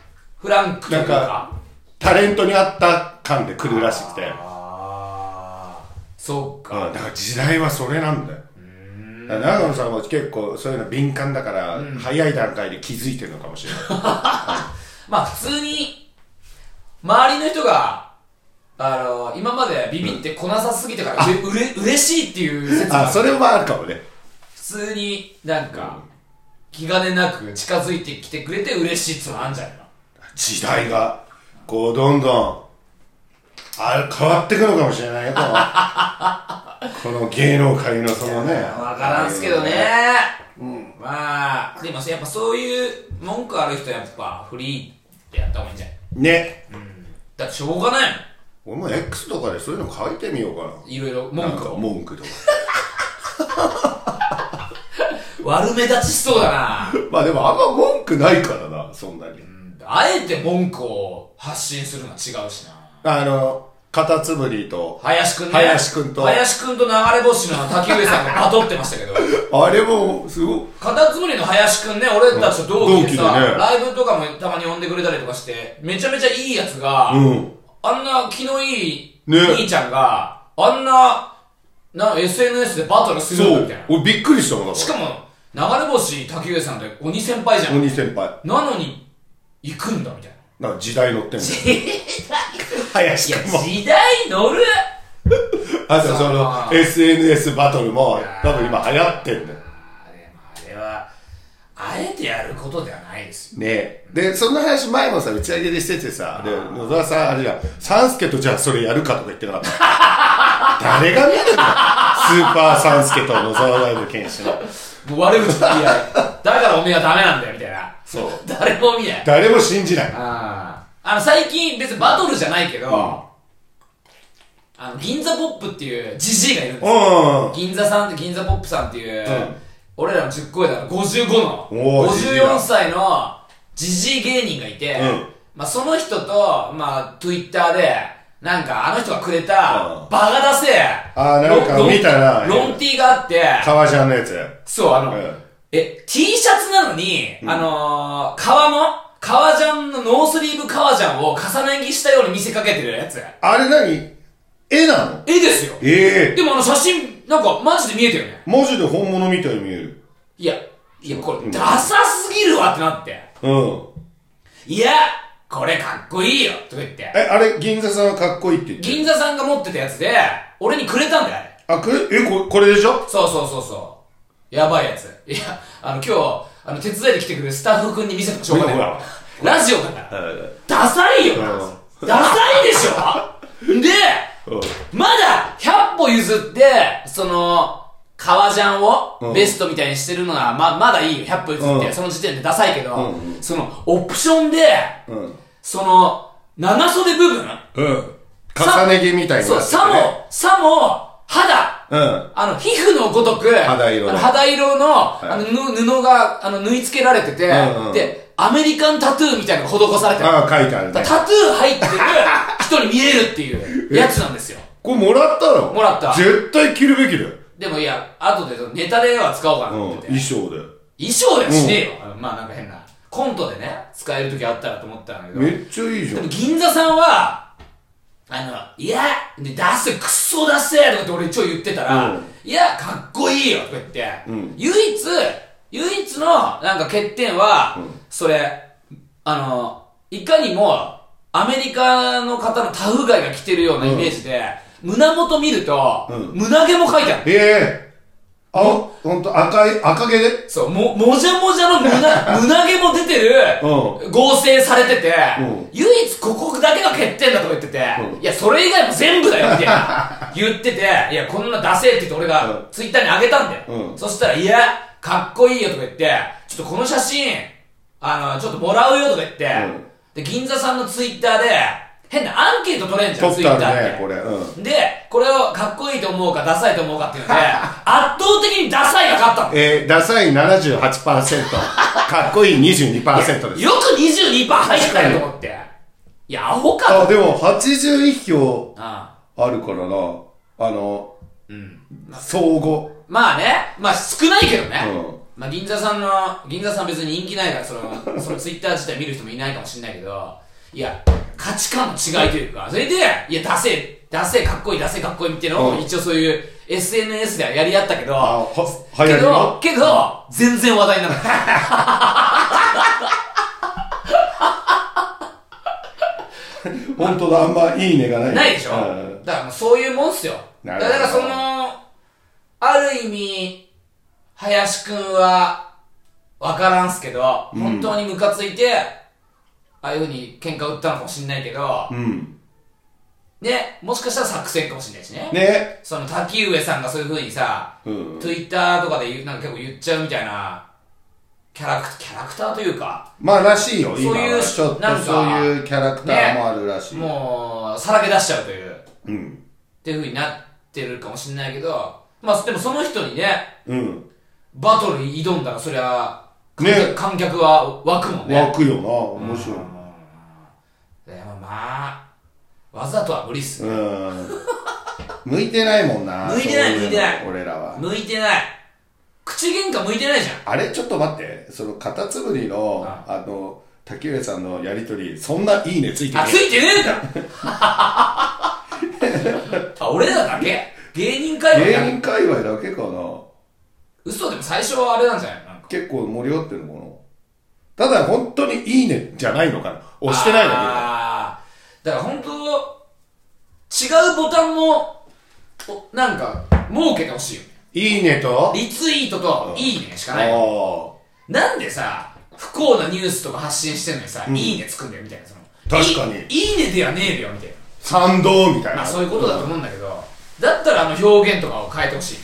フランクというか。
なんかタレントに合った感で来るらしくて。
ああ、そっか。
うん、だから時代はそれなんだよ。だから長野さんも結構そういうの敏感だから、早い段階で気づいてるのかもしれない。
まあ普通に、周りの人が、あの今までビビってこなさすぎたから、うれ、うれ、嬉しいっていう説が
あ、それはあるかもね。
普通になんか、気兼ねなく近づいてきてくれて嬉しいっつうのあんじゃないの
時代が、こう、どんどん、あ変わってくのかもしれないよ、こ の、この芸能界のそのね。
わからんすけどね。まあ、でもやっぱそういう文句ある人はやっぱフリーでやった方がいいんじゃない
ね。
だってしょうがないも
俺も X とかでそういうの書いてみようか
ん。いろいろ
な。な
文
ん
句
か
を。
文句とか。
悪目立ちしそうだな。
まあでもあんま文句ないからな、そんなに。
あえて文句を発信するのは違うしな。
あの、カタツムリと、
林くんね。
林くんと
林くんと流れ星の竹上さんがバトってましたけど。
あれも、すごい。
カタツムリの林くんね、俺たちと同期でさ、
同期でね
ライブとかもたまに呼んでくれたりとかして、めちゃめちゃいいやつが、
うん。
あんな気のいい
ね
兄ちゃんが、あんな、な、SNS でバトルするん
そ
だみ
う
たいな。。
俺びっくりしたもんだ
し
か
かも、流れ星竹上さんって鬼先輩じゃ
ら。
ん。
鬼先輩。
なのに、行くんだみたいな。
なんか 時代乗ってんの。
い
林
や
くんも。、
時代乗る
あとそ
あ
の、
ー
SNS バトルも、多分今流行ってんだよ。
あれあれは、あえてやることではないですよ。
ねで、そんな話前もさ、打ち上げでしててさ、で、野沢さん、あれじゃん、サンスケとじゃあそれやるかとか言ってなかった。 誰が見るのスーパーサンスケと野沢ライブ剣士の。
もう悪口言い合い。だからおめえはダメなんだよ、みたいな。
そう。
誰も見ない。
誰も信じない。
あーあの、最近別にバトルじゃないけど、あの、銀座ポップっていうジジイがいるんですよ。
う
銀座さんって銀座ポップさんっていう、
ん
俺らの10個上だから55の
おージジイだ
54歳のジジイ芸人がいて、
うん
まあ、その人と、まあ、Twitter でなんかあの人がくれ
う
た
ん
バカだせ
あーなんか
ロン
見たな
ロンロンティがあって
ん。革ジャンのやつ。
そうあの、
うん
え T シャツなのに、あのー、革の革ジャンのノースリーブ革ジャンを重ね着したように見せかけてるやつ
あれ何絵なの
絵ですよ
ええ
でもあの写真なんかマジで見えてるよね
文字で本物みたいに見える。
いや、いや、これ、ダサすぎるわってなって。
うん。
いや、これかっこいいよとか言って
え、。あれ、銀座さんはかっこいいって言ってる。
銀座さんが持ってたやつで、俺にくれたんだよ、あれ。
あ、くれ、え、ここれでしょ
そうそうそうそう。やばいやつ。いや、あの、今日、あの、手伝いで来てくれるスタッフ君に見せてもしょうがない
ほらほ
ラジオだから。ダサいよな
う
ダサいでし ょで、
うん。
まだ、100歩譲って、その、革ジャン
う
を
ん
ベストみたいにしてるのは、ま、まだいいよ。100歩譲って、
うん
その時点でダサいけど、
うん
その、オプションで、
うん。
その、長袖部分
うん。重ね着みたいに
そ
な
う、
ってる
さ
ね。
も、さも、肌
うん。
あの、皮膚のごとく、
肌色の
あの肌色の、
い
あの、ぬ布が、あの、縫い付けられてて、
うんうん
で、アメリカンタトゥーみたいなのが施されてる。
ああ、書いてあるね
だ。からタトゥー入ってる人に見えるっていうやつなんですよ。
これもらったの
もらった
絶対着るべきだよ。
でもいや、後でネタでは使おうかな
う
と
ん
思っ。てて。
衣装で。
衣装ではしねえよ。あのまあなんか変な。コントでね、使える時あったらと思ったんだけど。
めっちゃいいじ
で
ゃ
も
ん。
銀座さんは、あの、いや、で出せ、クソ出せとかって俺ちょい言ってたら、
うん
いや、かっこいいよとか言って、
ん
唯一、唯一のなんか欠点は、それ、あの、いかにもアメリカの方のタフガイが着てるようなイメージで、胸元見ると、
うん
胸毛も描いてある。
ええあ、ほんと赤い、赤毛で。
そう、も、もじゃもじゃの 胸、胸毛も出てる、
う
合成されてて、
うん
唯一ここだけが欠点だとか言ってて、
うん
いや、それ以外も全部だよ、みた いな。言ってて、いや、こんなダセーって言って俺
う
が
ん
ツイッターにあげたんだよ。
うん
そしたら、いや、かっこいいよとか言って、ちょっとこの写真、あの、ちょっともらうよとか言って、
うん
で、銀座さんのツイッターで、変なアンケート取れんじゃん、
取
ツ
っ
イッタ
た
ー
あ
って。
るね、これ。うん。
で、これをかっこいいと思うかダサいと思うかっていうので、圧倒的にダサいが勝ったの。
えー、ダサい78%、か っこいい22%です。
よく22%入ったよと思って。いや、アホか
あ、
と。
でも81票
ああ
あるからな、あの、
うん。
総合。
まあね、まあ少ないけどね。
うん
まあ銀座さんの、銀座さん別に人気ないから、その、 そのツイッター自体見る人もいないかもしれないけど、いや、価値観の違いというか、それで、いや、ダセえ、ダセえ、かっこいい、ダセえ、かっこいいっていうのを、
うん
一応そういう SNS ではやり合ったけど、
あ、は、流
け
行り
ど
の、
けど、全然話題にならない。
本当だ、あんまいいねがない。
ないでしょ、
うん
だからもうそういうもんっすよ。
な
だ
る
か
ほ
らそ
ど
の、ある意味、林くんは、わからんすけど、
うん
本当にムカついて、ああいうふうに喧嘩売ったのかもしんないけど、
うん。
ね、もしかしたら作戦かもしんないしね。
ね。
その滝上さんがそういうふうにさ、
うん。
Twitter とかで言うなんか結構言っちゃうみたいな、キャラクキャラクターというか、
まあ、らしいよ、
そ
今
ういう
は。ちょっ
なん
と
か
そういうキャラクターもあるらしい。
もう、さらけ出しちゃうという。
うん。
っていう風になってるかもしれないけど、まあ、でもその人にね、
うん。
バトルに挑んだら、そりゃ、観客,、
ね
観客は湧くもんね。
湧くよな、面白い。
でもまあ、わざとは無理っす。
うん。 向いてないもんな。
向いてない
そううの
向いてない
俺らは。
向いてない。口喧嘩向いてないじゃん。
あれ、ちょっと待って。その、カタツムリの、
あ
あの、竹上さんのやりとり、そんないいねついて
あ、
な
つ
い。
いてねえんだあ、俺らだけ芸人会話
芸
や
人界隈だけかな。
嘘でも最初はあれなんじゃないのなんか
結構盛り上がってるもの。ただ、本当にいいねじゃないのかな。押してないだ
あーだから本当違うボタンもおなんか設けてほしいよね
けで。いいねと
リツイートと「いいね」しか
あ
ない
あ。
なんでさ不幸なニュースとか発信してんのにさ「
ん
いいね」つくんだよみたいなその
確かに
いいいね」ではねえよみたいな
賛同みたいな。
まあそういうことだと思うんだけどだったらあの表現とかを変えてほしい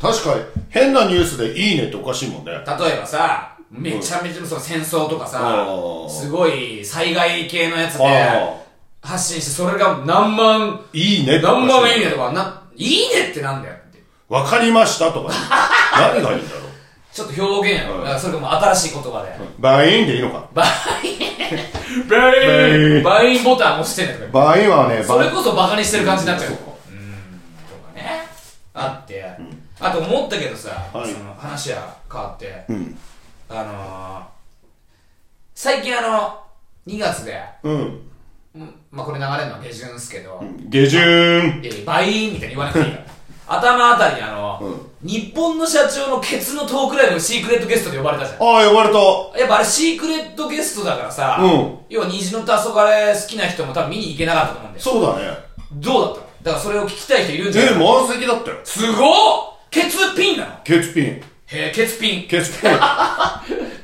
確かに、変なニュースでいいねっておかしいもんね。
例えばさめちゃめちゃその戦争とかさ
うん
すごい災害系のやつで
ああ。
発信してそれが何万
いいねっておか
何
し
万いいねとか、な、いいねってなんだよって。
わかりましたとかね。 何がいいんだろう。
ちょっと表現やろ。
うん
だからそれとも新しい言葉で。
バインでいいのか。
バイン
バイン
バインボタン押してんだよ。
バインはね、
それ
バイン。
こそバカにしてる感じになっちゃう。うん、とかね。あって、あと思ったけどさ、
はい
その話は変わって、
うん。
あのー、最近あの、2月で、
うん。
うんまあこれ流れるのは下旬っすけど、
下旬。
いやいやバインみたいに言わなくていいから。 頭あたりにあの、
う
日本の社長のケツのトークライブのシークレットゲストで呼ばれたじゃん。
ああ、呼ばれた。
やっぱあれシークレットゲストだからさ、
うん
要は虹の黄昏好きな人も多分見に行けなかったと思うんだよ。
そうだね。
どうだったのだからそれを聞きたい人いるんじゃない
え、満席だったよ。
すごっケツピンなの
ケツピン。
へえ、ケツピン。
ケツピン。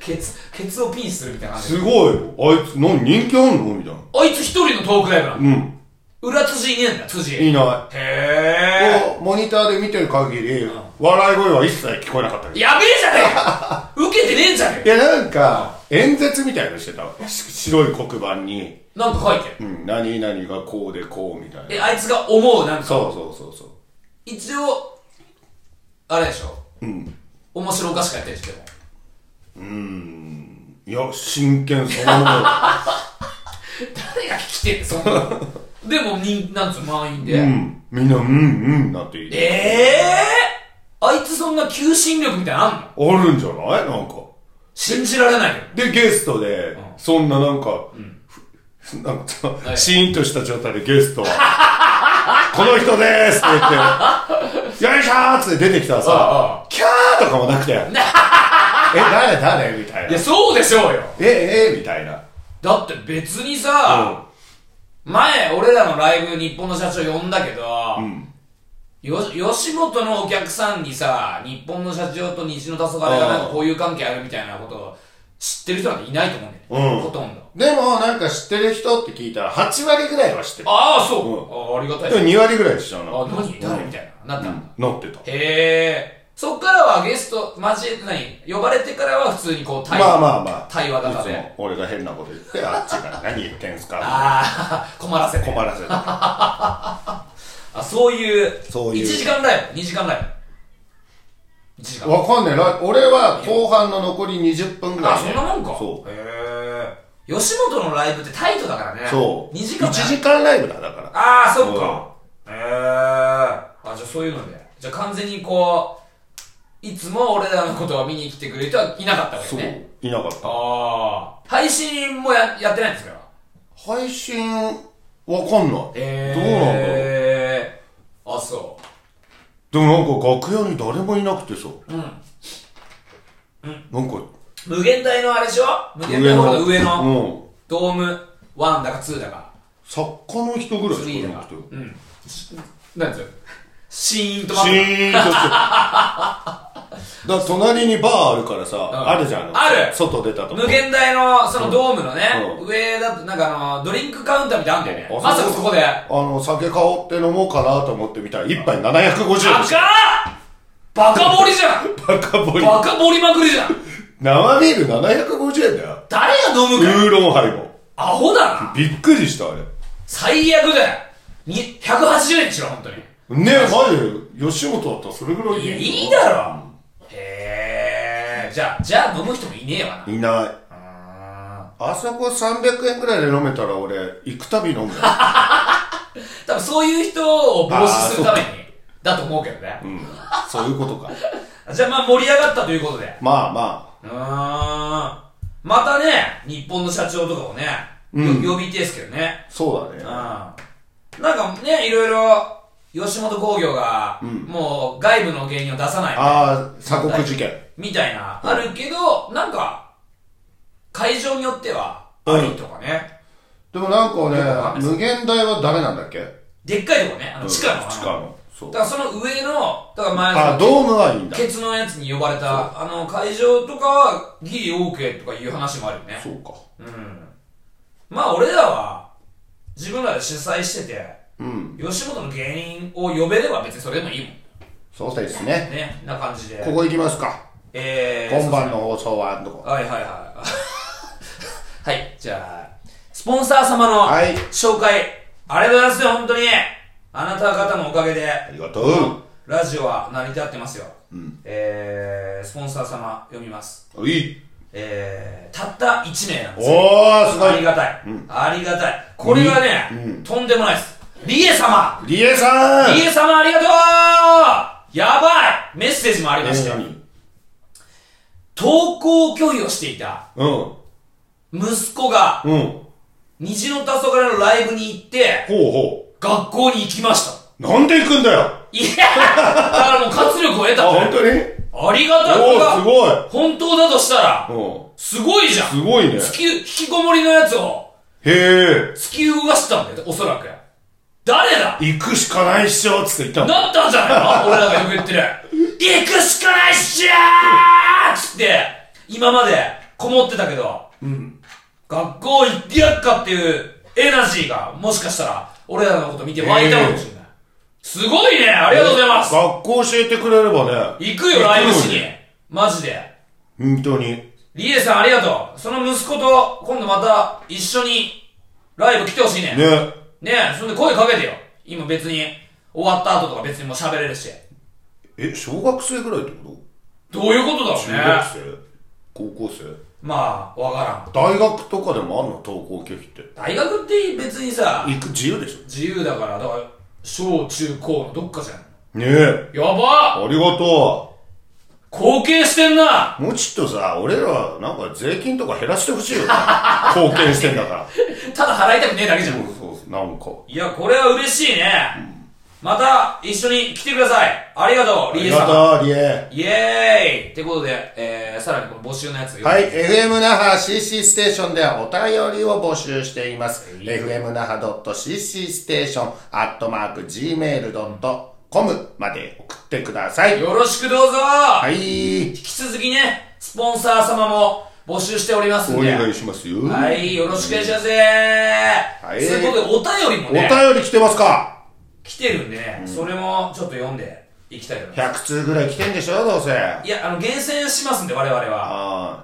ケツ、ケツをピンするみたいな感じ。
すごいよ。あいつ、何人気あんのみたいな。
あいつ一人のトークライブなの、
うん。
裏辻いねえんだ、辻。
い
へ
な
え。
い。モニターで見てる限り、笑い声は一切聞こえなかったけど。
やべえじゃねえか受けてねえんじゃね
いや、なんか、演説みたいなのしてたわし白い黒板に、
えなんか書いてる。
うん、何々がこうでこうみたい
え、
な。
あいつが思う、なんか。
そうそうそうそう。
一応、あれでしょ
うん。
面白おかしくやってるんですけど。
うん。いや、真剣そのものだ。
誰が聞きてんのそんなので も、になんつうの満員で。
うん。みんな、うんうんなんて言って。
えー、あいつそんな求心力みたいなのあんの
あるんじゃないなんか。
信じられないよ。
で、ゲストで、そんななんか、ふなんかちょっと、
はい
シーンとした状態でゲストは、 この人でーすって言って、よいしょーっつって出てきたら
ああ
さ、キャーとかもな くて、え、誰誰みたい
い
な
や、。そうでしょうよ。
え、え、みたいな。
だって別にさ、前、俺らのライブ、日本の社長呼んだけど、よ吉本のお客さんにさ日本の社長と虹の黄昏がなんかこういう関係あるみたいなことを知ってる人なんていないと思うんだよね、
うん
ほとんど
でも、なんか知ってる人って聞いたら、8割ぐらいは知ってる。
ああそう、あありがたい
でも2割ぐらい知らな
あ
い。
何誰みたいななったんだ、
なってた。
へえそっからはゲスト交えて何呼ばれてからは普通にこう対話
まあまあまあ。
対話型
いつ
で
も俺が変なこと言って、あっちが何言ってんすか
ああ困らせて
困らせた。
あそういう
そういう
1時間ぐらい2時間ぐらい1時間
わかんねえな。俺は後半の残り20分ぐらい
あ、
ね、
そんなもんか。
そう。
へえ。吉本のライブってタイトだからね。
そう。
2時間。
1時間ライブだ、だから。
ああ、そっか。へえ。あ、じゃあそういうので。じゃあ完全にこう、いつも俺らのことを見に来てくれる人はいなかったわけ
そう
ね。。
いなかった。
ああ。配信もややってないんですから。
配信、わかんない。
へえ。
どうなんだろう。
へえ。あ、そ
でもなんか楽屋に誰もいなくてさ。
う。うん。
なんか、
無限大のあれでしょ無限大ホールの上の、
うん。
ドーム1だか2だか。
作家の人ぐらい
ス
し
リ
かい
ー
な
だ
くて。
うんしなんつうシーン と
シ
待って
ーンとして。だから隣にバーあるからさ、あるじゃん。
ある
外出たとこ
無限大のそのドームのね、
うん
上だとなんかあのドリンクカウンターみたいなのあんだよね
あ
まさかそこであ
あの、酒買おうって飲もうかなと思ってみたら、一杯750円
か
でした。
バカ盛りじゃん
バカボリ。
バカ盛りまくりじゃん
生ビール750円だよ。
誰が飲
ウ
むかよ
ーロンハイも。
アホだな
びっくりした、あれ。
最悪だよに180円にしろ本当に
ねえ、マジで、吉本だったらそれぐらい
いや
い
いいだろへえじゃあじゃあ飲む人もいねえわない
ない。
あ
あそこ300円ぐらいで飲めたら俺、行くたび飲 む
ー
よ。
多分そういう人を防止するためにだと思うけどね、
うん。そういうことか。
じゃあまあ盛り上がったということで
まあま
うーん。またね、日本の社長とかをね、
うん
よ呼びてえですけどね
あ、。そう
うん。
だね。
なんかね、いろいろ、吉本興業が、
ん
もう外部の芸人を出さない
ああ、鎖国事件。
みたいな、あるけど、なんか、会場によっては、ありとかね、
でもなん
か
かね、無限大はダメなんだっけ
でっかいとこね、あの地下の。
地下の。そう
だ。からその上の、だから前
あ、
の、
ドームはいいんだ。
ケツのやつに呼ばれた、あの、会場とかは、ギリ OK とかいう話もあるよね。
そうか。
うんまあ俺らは自分らで主催してて
うん。
吉本の芸人を呼べれば別にそれでもいいもん
そうですね。
ねな感じで
ここ行きますか。
えー、
今晩の放送は、どこ
はいはい はいはいじゃあスポンサー様の
はい
紹介、ありがとうございますよ本当にあなた方のおかげで
ありがとう。
ラジオは成り立ってますよ、
うん
えー、スポンサー様読みます
おい。
えー、たった1名なんですよ
おー、すご
あり
い。
がたい、
うん
ありがたいこれがね、
うん
とんでもないですリエ様、
リエさん
リエ様ありがとうやばいメッセージもありましたよ、
何
投稿拒否をしていた
うん。
息子が
うん。
虹の黄昏のライブに行って
ほうほ
学校に行きました
う。なんで行くんだよ
いやだからもう活力を得
あ、
た
本
と
当に
ありがたいこれ
おー、す
が
ごい。
本当だとしたら
う
すごいじゃん
ん。すごいね。
突き引きこもりのやつを
へえ。
突き動かしたんだよおそらく誰だ
行くしかないっしょ、つって言ったの。
だったんじゃないの俺らがよく言ってる。行くしかないっしゃーっつって、今までこもってたけど、
うん。
学校行ってやっかっていうエナジーが、もしかしたら、俺らのこと見て湧いたのかもしれない。すごいねありがとうございます
学校教えてくれればね。
行くよ、ライブし
行く
に
よ。
マジで。
本当に。
リエさんありがとう。その息子と、今度また一緒に、ライブ来てほしいね。ね
ね。
え、そんで声かけてよ。今別に、終わった後とか別にもう喋れるし。
え、小学生ぐらいってこ
どういうことだろ
と
う
中
ね。
学生高校生
まあ、わからん。
大学とかでもあんの登校拒否って
大学って別にさ、
行く自由でし
自由だから、だから、小中高のどっかじゃん。
ょねえ
やばっ
ありがと
貢献してんな
うもうちょっとさ俺らなんか税金とか減らしてほし いよな貢献してんだからそう
ただ払いたくねえだけじゃん。
そうそうなんか
いや、これは嬉しいね。また、一緒に来てください。ありがと
あ
う、リ
り
エさん。
がとうリエ
イエーイってことで、えー、さらにこの募集のやつ。
はい、FM 那覇 CC ステーションではお便りを募集しています。FM 那覇 .cc ステーション、アットマーク gmail.com .com まで送ってください。
よろしくどうぞ
はい。
引き続きね、スポンサー様も募集しておりますん
お
で。
願いしますよ。
はい、よろしくお願いします。
い
そういうことで、お便りも
お便
ね、
り来てますか
来てるんでね、それもちょっと読んでいきたいと思いま
?100 通ぐらい来てんでしょどうせ。あ
す。いや、あの、厳選しますんで、我々は。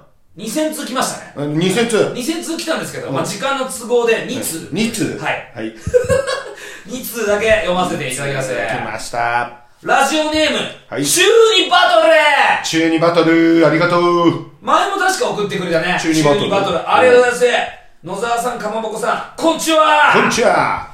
あ
2000通来ましたね。
ー。2000通。
2000通来たんですけど、まあ時間の都合で2通。
2通。
はい。。
はい。
2通だけ読ませていただきます。
来ました。
ラジオネーム、
はい
中二バトル
中2バトル、ありがとう。
前も確か送ってくれたね。
中二バトル
ありがとうございます。野沢さん、かまぼこさん、こんにちは
こんにちは。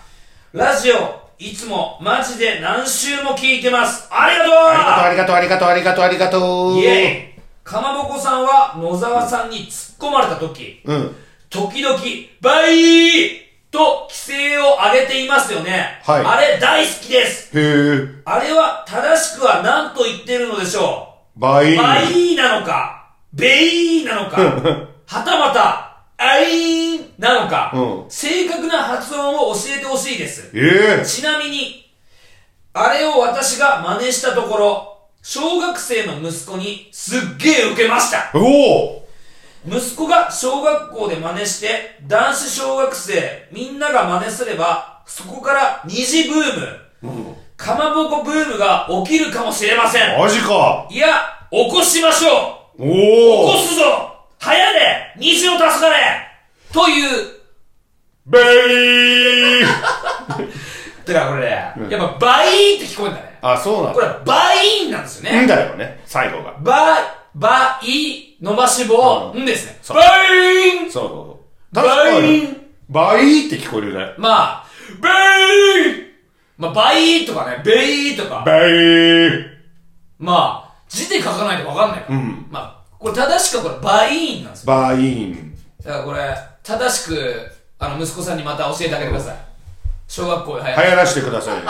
ラジオ、いつもマジで何週も聞いてます。ありがとう
ありがとう、ありがとう、ありがとう、ありがとう、ありがとう。
イエイかまぼこさんは野沢さんに突っ込まれた時、
うん。
時々、バイと規制を上げていますよね。
はい
あれ大好きです。
へえ。
あれは正しくは何と言ってるのでしょ
バイ
う。バイなのか、ベイなのか、 はたまた、アイーンなのか、
うん
正確な発音を教えてほしいです。
ええ
ちなみに、あれを私が真似したところ、小学生の息子にすっげえ受けました。
おお
息子が小学校で真似して、男子小学生みんなが真似すれば、そこから二次ブーム、かまぼこブームが起きるかもしれません。
マジか
いや、起こしましょ
お
う起こ
お
すぞ早で虹を助かれという、
ベイ
てかこれね、やっぱ倍って聞こえんだね。
あ、そうなん
これは倍なんですよね。
んだよね、最後が。
ば、ば、い、伸ばし棒、んですね。
そう
ばいん
そうそう
確かに
バイって聞こえるね。
まあ、べいまあ、ばいとかね、べいとか、
ベイ
まあ、字で書かないとわかんないから。
うん
まあ、これ正しくはこれ、ばいんなんですよ。
バイン。
だからこれ、正しく、あの、息子さんにまた教えてあげてください。小学校で流行
流
る。
行らしてくださいよ。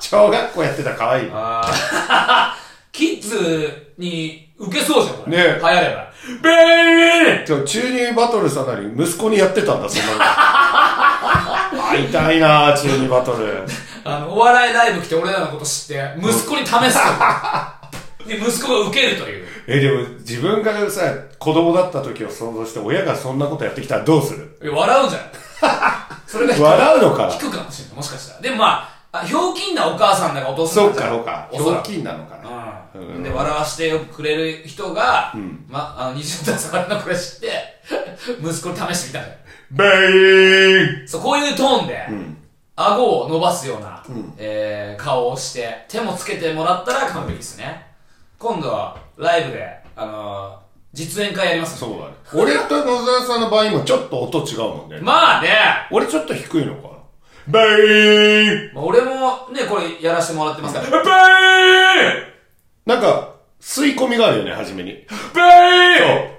小学校やってた可愛い。
あーキッズに受けそうじゃん、これ。
ね
流行れば。べい
ちょ、中二バトルさなり、息子にやってたんだ、そんなの。会いたいな中二バトル。
あの、お笑いライブ来て俺らのこと知って、息子に試すと いう。で、息子が受けるという。
え、でも、自分がさ、子供だった時を想像して、親がそんなことやってきたらどうする
え笑うん じゃないそれが引
笑うのかな
くかもしれない、もしかしたら。でもまあ、あひょうきんなお母さんだかお父さん
そ
だ
うか、そうか。
お
ひ
そ
ょ
ら
う
く
きんなのかな。
う。
うんん
で、笑わしてくれる人が、ま、あの、20代下がりのこれ知って、息子に試してみたのよ。
ベイン
そう、こういうトーンで、顎を伸ばすような、えー、顔をして、手もつけてもらったら完璧ですね。今度は、ライブで、あのー、実演会やります
そうだね。俺と野沢さんの場合もちょっと音違うもんね。
まあね、
俺ちょっと低いのかな。ベイン
まあ、俺もね、これやらせてもらってますから、ベイ
なんか、吸い込みがあるよね、初めに。
ベ
そう
イ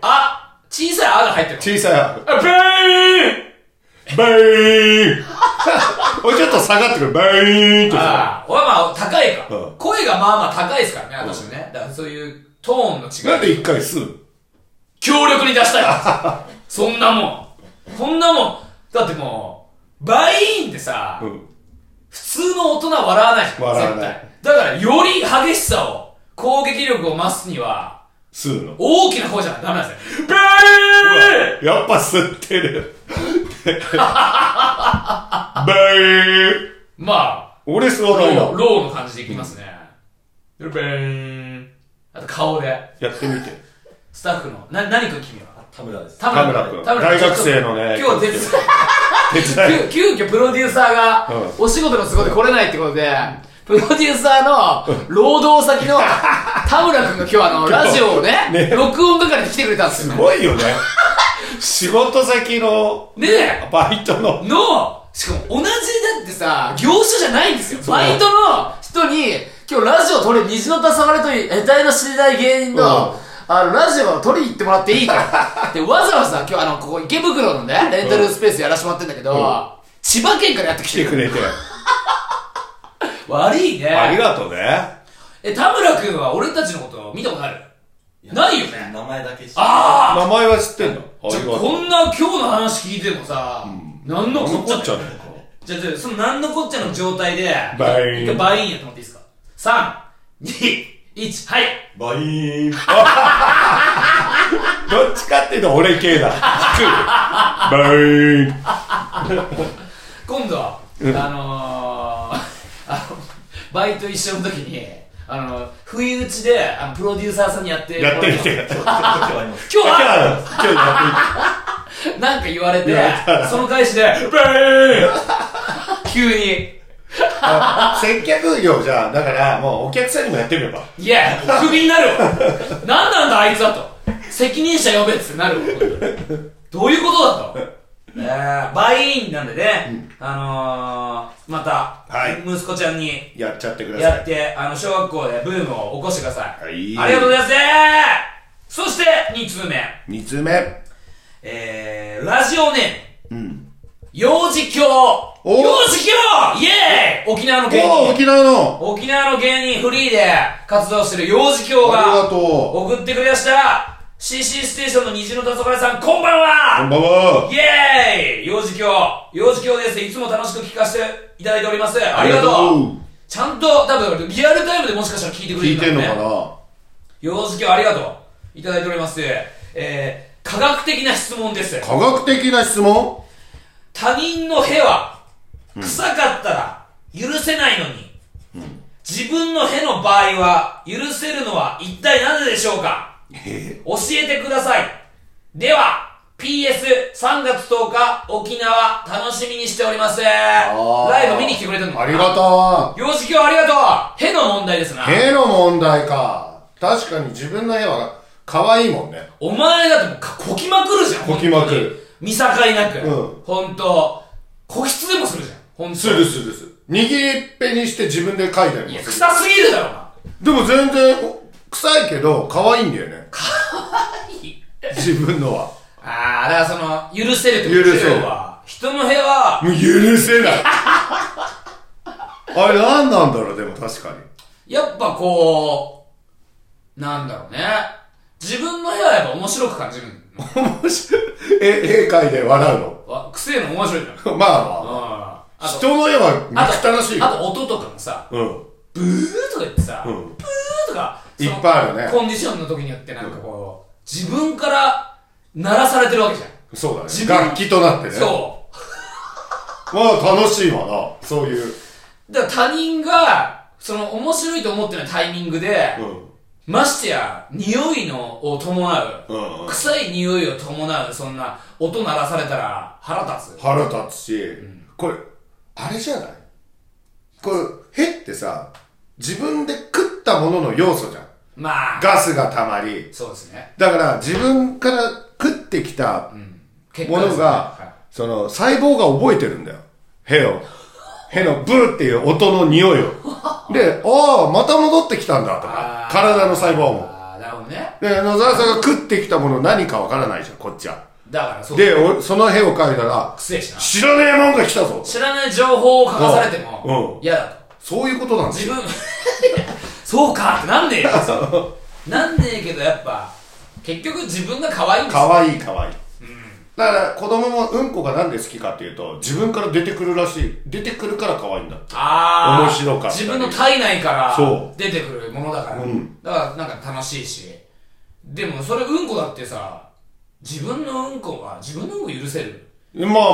あ、小さい「あ」が入ってる。
小さい。
あベイ
ベイン俺ちょっと下がってくる。ベインってさ。
ああ、俺はまあ高いか、
うん
声がまあまあ高いですからね、私もね。だからそういうトーンの違い。
なんで一回吸う
強力に出したい そんなもんそんなもんだってもうバイーンってさ、
うん。
普通の大人は笑わないじゃん
笑わない
絶対だからより激しさを攻撃力を増すには
吸うの。
大きな声じゃダメなんですよバイーン
やっぱ吸って る。ベイン
ま
俺吸
あ
わ
ロ
ない
ー
よ。
ローの感じでいきますね、ベーンあと顔で
やってみて。
スタッフのな何君君は
田村です。
田
田村君。大学生のね。
今日手伝い
手伝い。
急急遽プロデューサーが
う
お仕事の都合で来れないってことで、プロデューサーの労働先 の田村君が今日あのラジオをね
ね
録音係に来てくれたんですよ
すごいよね。仕事先の
ねえ
バイトの。
のしかも同じだってさ業種じゃないんですよバイトの人に今日ラジオ撮れ虹の黄昏という得体の知れない芸人の、
うん
あのラジオを撮りに行ってもらっていいとでわざわざ今日あのここ池袋のねレンタルスペースやらしてもらってんだけど、千葉県からやってきて
来て
く
く
れ
れて。
悪いね
ありがとうね。
え、田村君は俺たちのこと見たことあるないよね。
名前だけ知って
あ
名前は知ってんのあ
あじゃあ
りがとう。
こんな今日の話聞いてもさ、なんのこっちゃだよ
なんのこっちゃだよ
じゃあ、じゃあそのなんのこっちゃの状態で、
バイン
一回バインやってもらっていいですか3、2、1、はい
バイーン。どっちかっていうと俺 系だ。バイーン。
今度、あのー、あのバイト一緒の時に、あの、不意打ちで、あの、プロデューサーさんにやって、
やってみて。今
あります。
今日
日
は
は今日やってみて。
なんか言われて、その返しで、 急に、
あ接客業じゃんだからもうお客さんにもやってみれば
いや、クビになるわ。何なんだあいつはと。責任者呼べっつってなるわ。どういうことだと。えー、バイインなんでね、あのー、また、
はい
息子ちゃんに
やっちゃってくださ
やっ
い
て、あの、小学校でブームを起こしてください。
はい
ありがとうございますそして、2通目。
2つ目
えー、ラジオネーム。
ん
幼児教
お
幼児教イエーイ沖縄の芸
おお
人。
沖縄の
沖縄の芸人フリーで活動してる幼児教
ありが
が
と
送ってくれました CC ステーションの虹の黄昏さん、こんばん
うこん
は
ばんは
イエーイ幼児教幼児教です。いつも楽しく聞かせていただいております。ありが
あ
とう
りがとう
ちゃんと、多分、リアルタイムでもしかしたら聞いてくれ
聞
る
いてんの
ね
かな
幼児教ありがとういただいております。えー、科学的な質問です。
科学的な質問
他人の屁は臭かったら許せないのに、自分の屁の場合は許せるのは一体なぜでしょうか教えてくださいでは PS3 月10日沖縄楽しみにしております
ー
ライブ見に来てくれてるの
ありがと
よし今日ありがとう屁の問題ですな
う絵の問題か確かに自分の絵は可愛いもんね
お前だってもうかこきまくるじゃん
こきまくる
見境なく、
うん
ほんと個室でもするじゃんほんと
するするする握りっぺにして自分で描いたり
い
も
や
す
臭すぎるだろお前
るでも全然お臭いけど可愛いんだよね可愛い自分のは
ああ、だからその、許せるってことで
許
す
せる
よ。要は人の部屋は、
もう許せないあれ何なんだろうでも確かに
やっぱこう、なんだろうね。自分の部屋はやっぱ面白く感じるの。
面白いえ絵描いて笑うの
わくせえの面白いじゃん。うん。
まあま
あ
あ
と、
人の絵は
あ
憎
と、
たらしいよ
あと音とかもさ、
うん
ブーとか言ってさ、
う
ブー
ん
とか、
いっ
その
ぱいあるね
コンディションの時によってなんかこう、自分から鳴らされてるわけじゃん。
そうだ
自
ね
分
楽器となってね
そう。
まあ楽しいわなそういう
だから他人が、その面白いと思ってないタイミングで、
うん
ましてや、匂いのを伴う、
うん
臭い匂いを伴う、そんな音鳴らされたら腹立つ。
腹立つし、これあれじゃないこれへってさ自分で食ったものの要素じゃん
まあ、
ガスがたまり
そうですね。
だから自分から食ってきた
結
も
果ですね
のが
は、
その、細胞が覚えてるんだよ。へを。へのブーっていう音の匂い を。で、ああ、また戻ってきたんだと
あ、
か
ー
体の細胞
い
も。
あーなるほどね。
で、野沢さんが食ってきたもの何かわからないじゃん、こっちは。
だからそう。
で、おそのへを嗅いだら、
失礼しな。
知らねえもんが来たぞ
知らない情報を書かされても
う、ん
嫌だと。
そういうことなんです
自
よ。
分、 そうかってなんねえよ。なんねえけどやっぱ、結局自分が可愛いんですよ。
かわいいかわいい。だから、子供もうんこがなんで好きかっていうと、自分から出てくるらしい。出てくるから可愛いんだって。
あー
面白かったり
自分の体内か
そ
ら出てくるものだから、
うん
だからなんか楽しいしでもそれうんこだってさ自分のうんこは自分のうんこ許せる
まあまあ、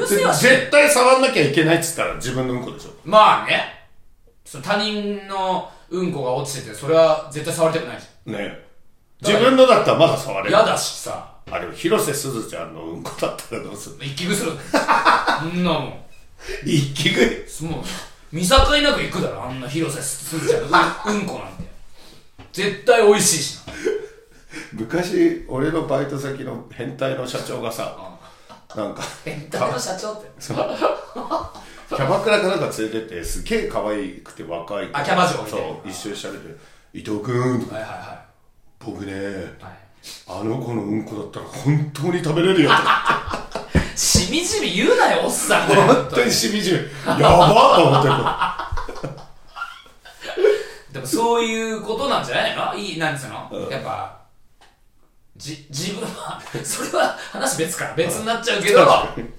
許せはしない
絶対触んなきゃいけないっつったら自分のうんこでしょ。
まあねその他人のうんこが落ちててそれは絶対触りたくないし
ね自分のだったらまだ触れる
嫌だしさ
あれ広瀬すずちゃんのうんこだったらどうする
一気食いする そんなもんも
一気食いう
見境なく行くだろあんな広瀬すずちゃんのうんうんこなんて絶対美味しいしな
昔俺のバイト先の変態の社長がさなんか
変態の社長って
キャバクラかなんか連れてってすげえ可愛くて若い子
あキャバ嬢みたいな
そう一緒に喋って「伊藤君
はいはいは
僕ね
いはい
あの子のうんこだったら本当に食 べれるよ」
しみじみ言うなよ、おっさん。
本当にしみじみやばっと思ってる
でもそういうことなんじゃないのいい、なんつうの、やっぱ、 じ、自分は、それは話別から別になっちゃうけど、だって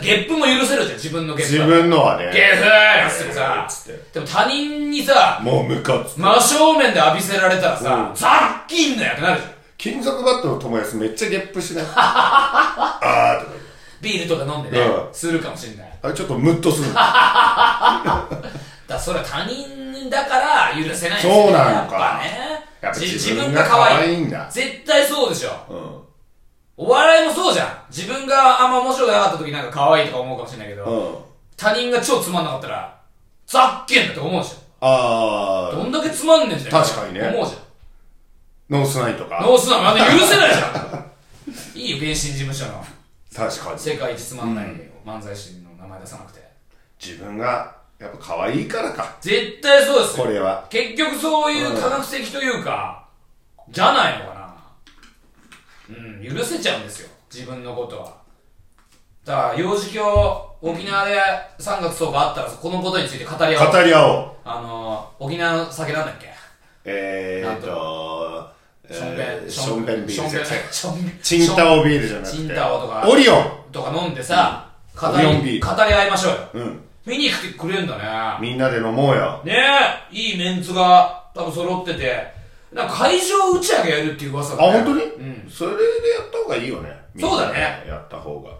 ゲップも許せるじゃん自分のゲップ
自分のはね
ゲッフーっつって
えー
さ
っつっ
でも他人にさ
もうムカつく
真正面で浴びせられたらさ、
うん
ざっきんなよってなるじゃん
金属バットの友達めっちゃゲッ プしないあーとか言う
ビールとか飲んでね、
うん
するかもしれないだか
あれちょっとムッ とする
らそれは他人だから許せないんですよ
そうなの
やっ
か
ぱね
やっぱ
じ
自分が可愛いんだ
絶対そうでしょ
うん
お笑いもそうじゃん自分があんま面白くなかった時なんか可愛いとか思うかもしれないけど、
うん
他人が超つまんなかったらざっけんなって思うじ
あ
ゃん
ー
どんだけつまんねんじゃん
確かにね
思うじゃん
ノースナイとか
ノースナンまだ許せないじゃん いいよ原神事務所の
確かに
世界一つまんない漫才師の名前出さなくて
自分がやっぱ可愛いからか
絶対そうですよ
これは
結局そういう科学的というか、じゃないのかなうん許せちゃうんですよ自分のことはだから幼児教沖縄で3月10日あったらこのことについて語り合おう
語り合おう
あの沖縄の酒なんだっけ
えーっと
ションベ
え
ン
ーションベンビールじゃなくて
ションベン
チンタオビールじゃなくて
チンタオとか
オリオン
とか飲んでさ、語り
オリオン
語
ビ
り
ール
合いましょうよ
うん
見に来てくれんだね
みんなで飲もうよ
ねえいいメンツが多分揃っててなんか会場打ち上げやるっていう噂
あ
が、ね、
本当に
うん
それでやった方がいいよね
そうだね
みんなでやった方が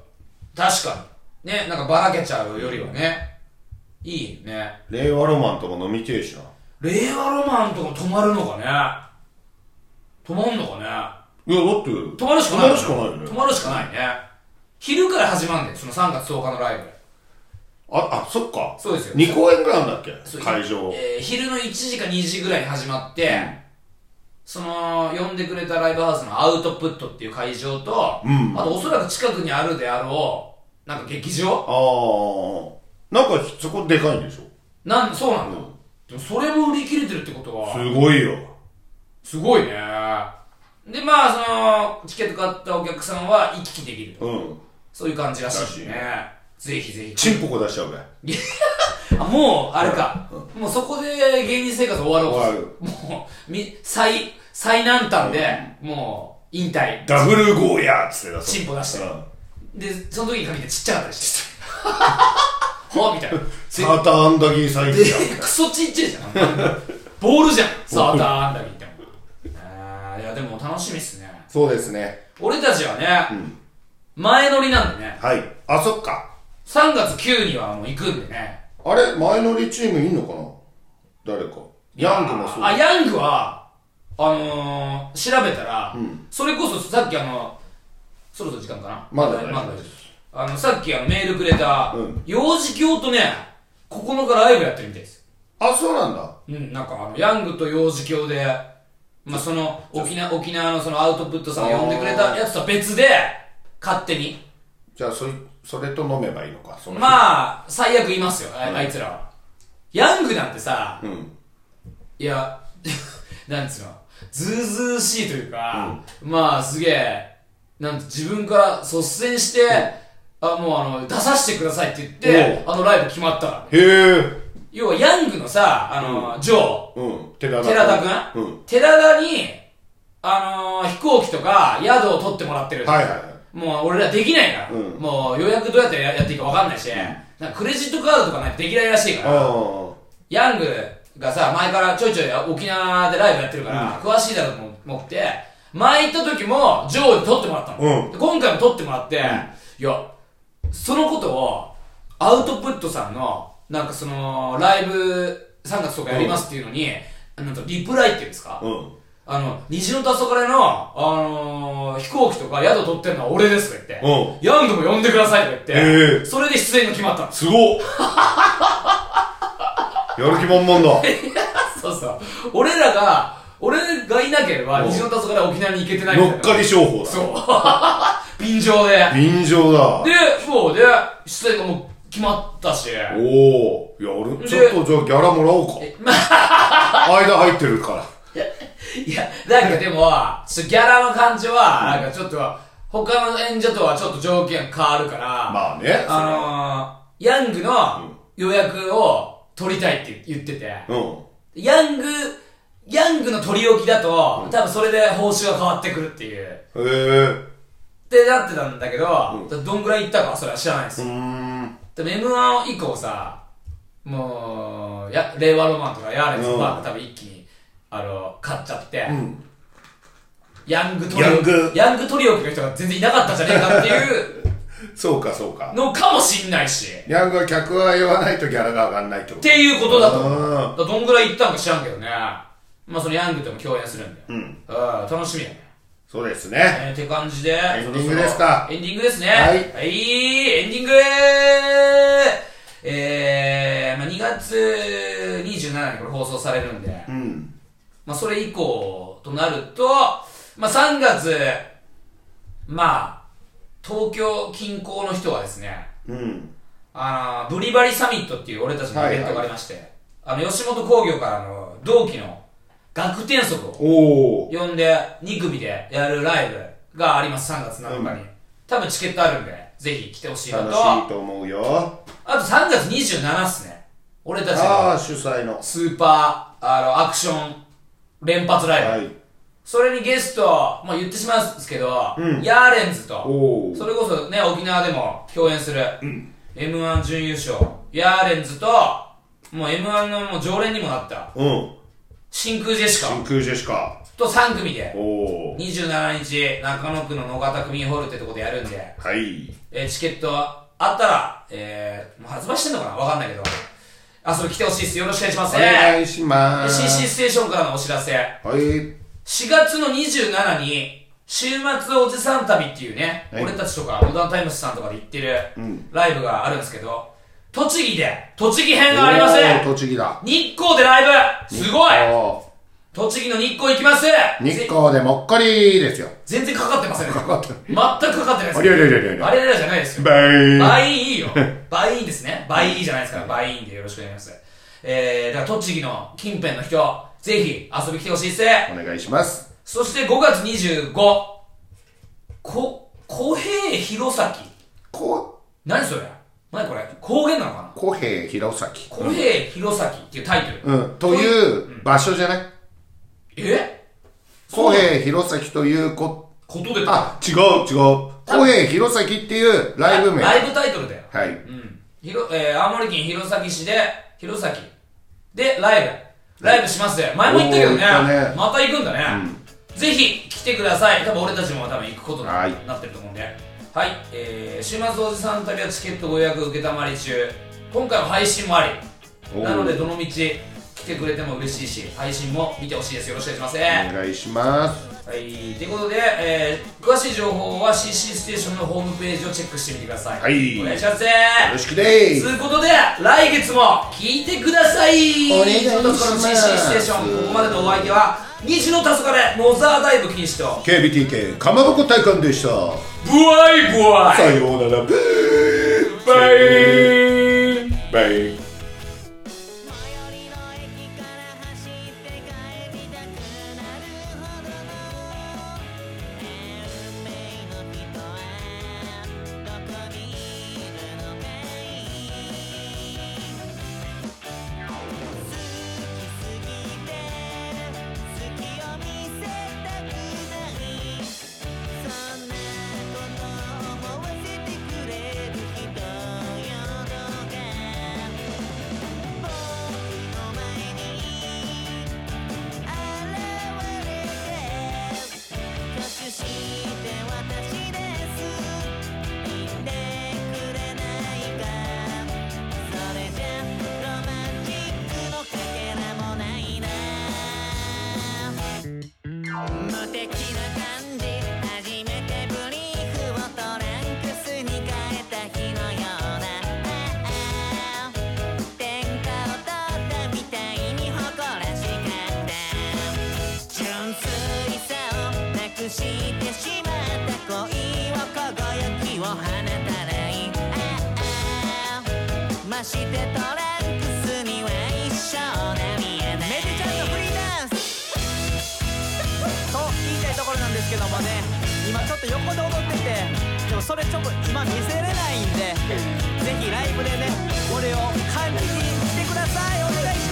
確かにねなんかばらけちゃうよりはねいいね
令和ロマンとも飲みてえしな
令和ロマンとか泊まるのかね泊まんのかね
いやだって
泊まるしかないよね
泊まるしかないよね
泊まるしかないね昼から始まんねんその3月10日のライブ
ああそっか
そうですよ
2公演ぐらいあるんだっ
そ
け
う
会場
えー昼の1時か2時ぐらいに始まって、その呼んでくれたライブハウスのアウトプットっていう会場と、
うん
あとおそらく近くにあるであろうなんか劇場
ああなんかそこでかいんでしょ
なんそうなんだ、
うん
でもそれも売り切れてるってことは
すごいよ
すごいねでまあそのチケット買ったお客さんは行き来できると
うん
そういう感じらしいね
ら
ぜひぜひ
チンポコ出しちゃうね
あもうあれか、もうそこで芸人生活終わろう
終わる
もうみ最最難関で、もう引退
ダブルゴーヤーっつって出す
チンポ出して
うん
でその時に限ってちっちゃかったりして ほっみたいな
サーターアンダギーサイズじゃん
でクソちっちゃいじゃんボールじゃんサーターアンダギーって あーいやでも楽しみっすね
そうですね
俺たちはね、前乗りなんでね
はいあそっか
3月9にはもう行くんでね
あれ前乗りチームいんのかな誰かヤングもそう
あヤングはあのー、調べたら、それこそさっきあのそろそろ時間かな
まだ
まだですあのさっきあのメールくれた、
うん
幼児教とね9日ライブやってるみたいです
あそうなんだ
うんなんかあのヤングと幼児教でまあその沖縄沖縄のそのアウトプットさんが呼んでくれたやつとは別で勝手に
じゃあそいそれと飲めばいいのかその日
まあ最悪いますよあ,、あいつらはヤングなんてさ、
うん
いや、 なんつうの、ずうずうしいというか、まあすげえ、なんて自分から率先して、あもうあの出させてくださいって言って、あのライブ決まったから。
へえ
要はヤングのさ、あの、ジョー、
うん寺
寺田
田
くん、
うん
寺田に、あのー飛行機とか宿を取ってもらってるじゃん
はいはいはい
もう俺らできないから、
うん
もう予約どうやってややっていいかわかんないし、なんかクレジットカードとかないとできないらしいから、
あ
ヤングがさ、前からちょいちょい沖縄でライブやってるから、詳しいだろうと思って、前行った時も、ジョーで撮ってもらったの。
うん
で今回も撮ってもらって、いや、そのことを、アウトプットさんの、なんかその、ライブ3月とかやりますっていうのに、なんとリプライっていうんですか、
あうん
あの、虹の黄昏の、あのー飛行機とか宿取ってるのは俺ですとか言って、ヤングも呼んでくださいとか言
へ
って、
え
それで出演が決まったの。
すごっやる気 満々だ
そうそう。俺らが、俺がいなければ、
うん
虹の黄昏は沖縄に行けてないみたい
乗
な。
っかり商法だ
そう。 便乗で。
便乗だ
で、そうで、出演がもう決まったし。
おおいや俺ちょっとじゃあギャラもらおうか 間入ってるから
いや、なんかでも、ちょっとギャラの感じは、なんかちょっと、他の演者とはちょっと条件変わるから、
まあね
あのー、ヤングの予約を取りたいって言ってて、
それはうん
ヤング、ヤングの取り置きだと、多分それで報酬が変わってくるっていう。
へえ
で、だなってたんだけど、どんぐらい行ったかはそれは知らないですよ
う。ーん。
でも M1 以降さ、もう、や、令和ロマンとかヤーレンズとか、
うん
多分一気に、あの、買っちゃって、
ん
ヤングトリオ、
ヤング
ヤングトリオの人が全然いなかったんじゃねえかっていう
そうか、そうか。
のかもしんないし、っ
ヤングは客は言わないとギャラが上がんないってこと。
ていうことだと思う。だ
あ
からどんぐらい行ったんか知らんけどね。まあそのヤングとも共演するんだよ。
ーうん。
うん、楽しみやね。
そうですね。
えー、って感じで、
エンディングですか
そろそろエンディングですね。
はい
エンディングえー、まあ、2月27日にこれ放送されるんで、
うん。
まあ、それ以降となると、まあ、3月、まあ、東京近郊の人はですね、
うん。
あの、ブリバリサミットっていう俺たちのイベントがありまして、あの、吉本興業からの同期の学天則を
おー。
呼んで2組でやるライブがあります3月7日に、多分チケットあるんでぜひ来てほしいな
楽
と
しいと思うよ。
あと3月27っすね俺たち
あ
の
あ、主催の。
スーパーあのアクション連発ライブ、
はい。
それにゲスト、まあ、言ってしまうんですけど、
うん
ヤーレンズと
おー。
それこそね沖縄でも共演する、m 1準優勝ヤーレンズともう m 1のもう常連にもなった
うん。
真空ジェシ
真
カ
空ジェシカ。
と3組で
おー。
27日、中野区の野方区民ホールってとこでやるんで、
はい。
えーチケットあったら、えー、もう発売してんのかなわかんないけど、あ、それ来てほしいです。よろしくお願いしま
お
す。
願
え
いしま
ー、
す。
CC ステーションからのお知らせ。
はい。
4月の27に、週末おじさん旅っていうね、
はい
俺たちとか、モダンタイムスさんとかで行ってる
ん
ライブがあるんですけど、栃木で、栃木編があります
おー栃木だ。
日光でライブすごい
お
栃木の日光行きます
ー日
ぜ
光でもっこりですよ。
全然かかってませんね。
かかってる
全くかかってないです。
ありゃりゃりゃりゃりゃ
あれあれじゃないです よ。
バイ
倍いい よ。倍いいですね。倍いいじゃないですから。倍いいんでよろしくお願いします。えー、だから栃木の近辺の人、ぜひ遊びに来てほしいです。
お願いします。
そして5月25、こ、小平弘前。
こ、
何それ何これ方言なのかな
小平弘
小
前。
平弘前っていうタイトル。
うん。という場所じゃない
え
小平弘前というこ、
ことで
あ、違う違う。小平弘前っていうライブ名。
ライブタイトルだよ。
はい。
うん。ひろ、えー、青森県弘前市で、弘前でライブ。ライブします。前も言ったけどね
おー言ったね
また行くんだね。ぜひ来てください。多分俺たちも多分行くことにな
はい
なってると思うんで。はい。えー、週末おじさん旅はチケットご予約受けたまり中。今回は配信もあり。
おー
なので、どの道来てくれても嬉しいし、配信も見てほしいです。よろしくお願いします。
お願いします。
はい。ということで、えー、詳しい情報は CC ステーションのホームページをチェックしてみてください。
はい
お願いします。
よろしくでー
と
す。
いうことで来月も聞いてください
お願いしま
とい
す
うことでこの CC ステーションここまでのお相手は虹の黄昏モザーダイブ禁止と
KBTK かまぼこ体感でした。
ブワイブワ
さようなら。ブー
イバイ
バイ。
無敵な感じ初めてブリーフをトランクスに変えた日のようなああ天下を取ったみたいに誇らしかった純粋さをなくしてしまった恋を輝きを放たないああましてトランクスには一生波えないメデちゃんのフリーダンス
と言いたいところなんですけどもね今ちょっと横で踊っててでもそれちょっと今見せれないんでぜひライブでね俺を感じに来てくださいお願いします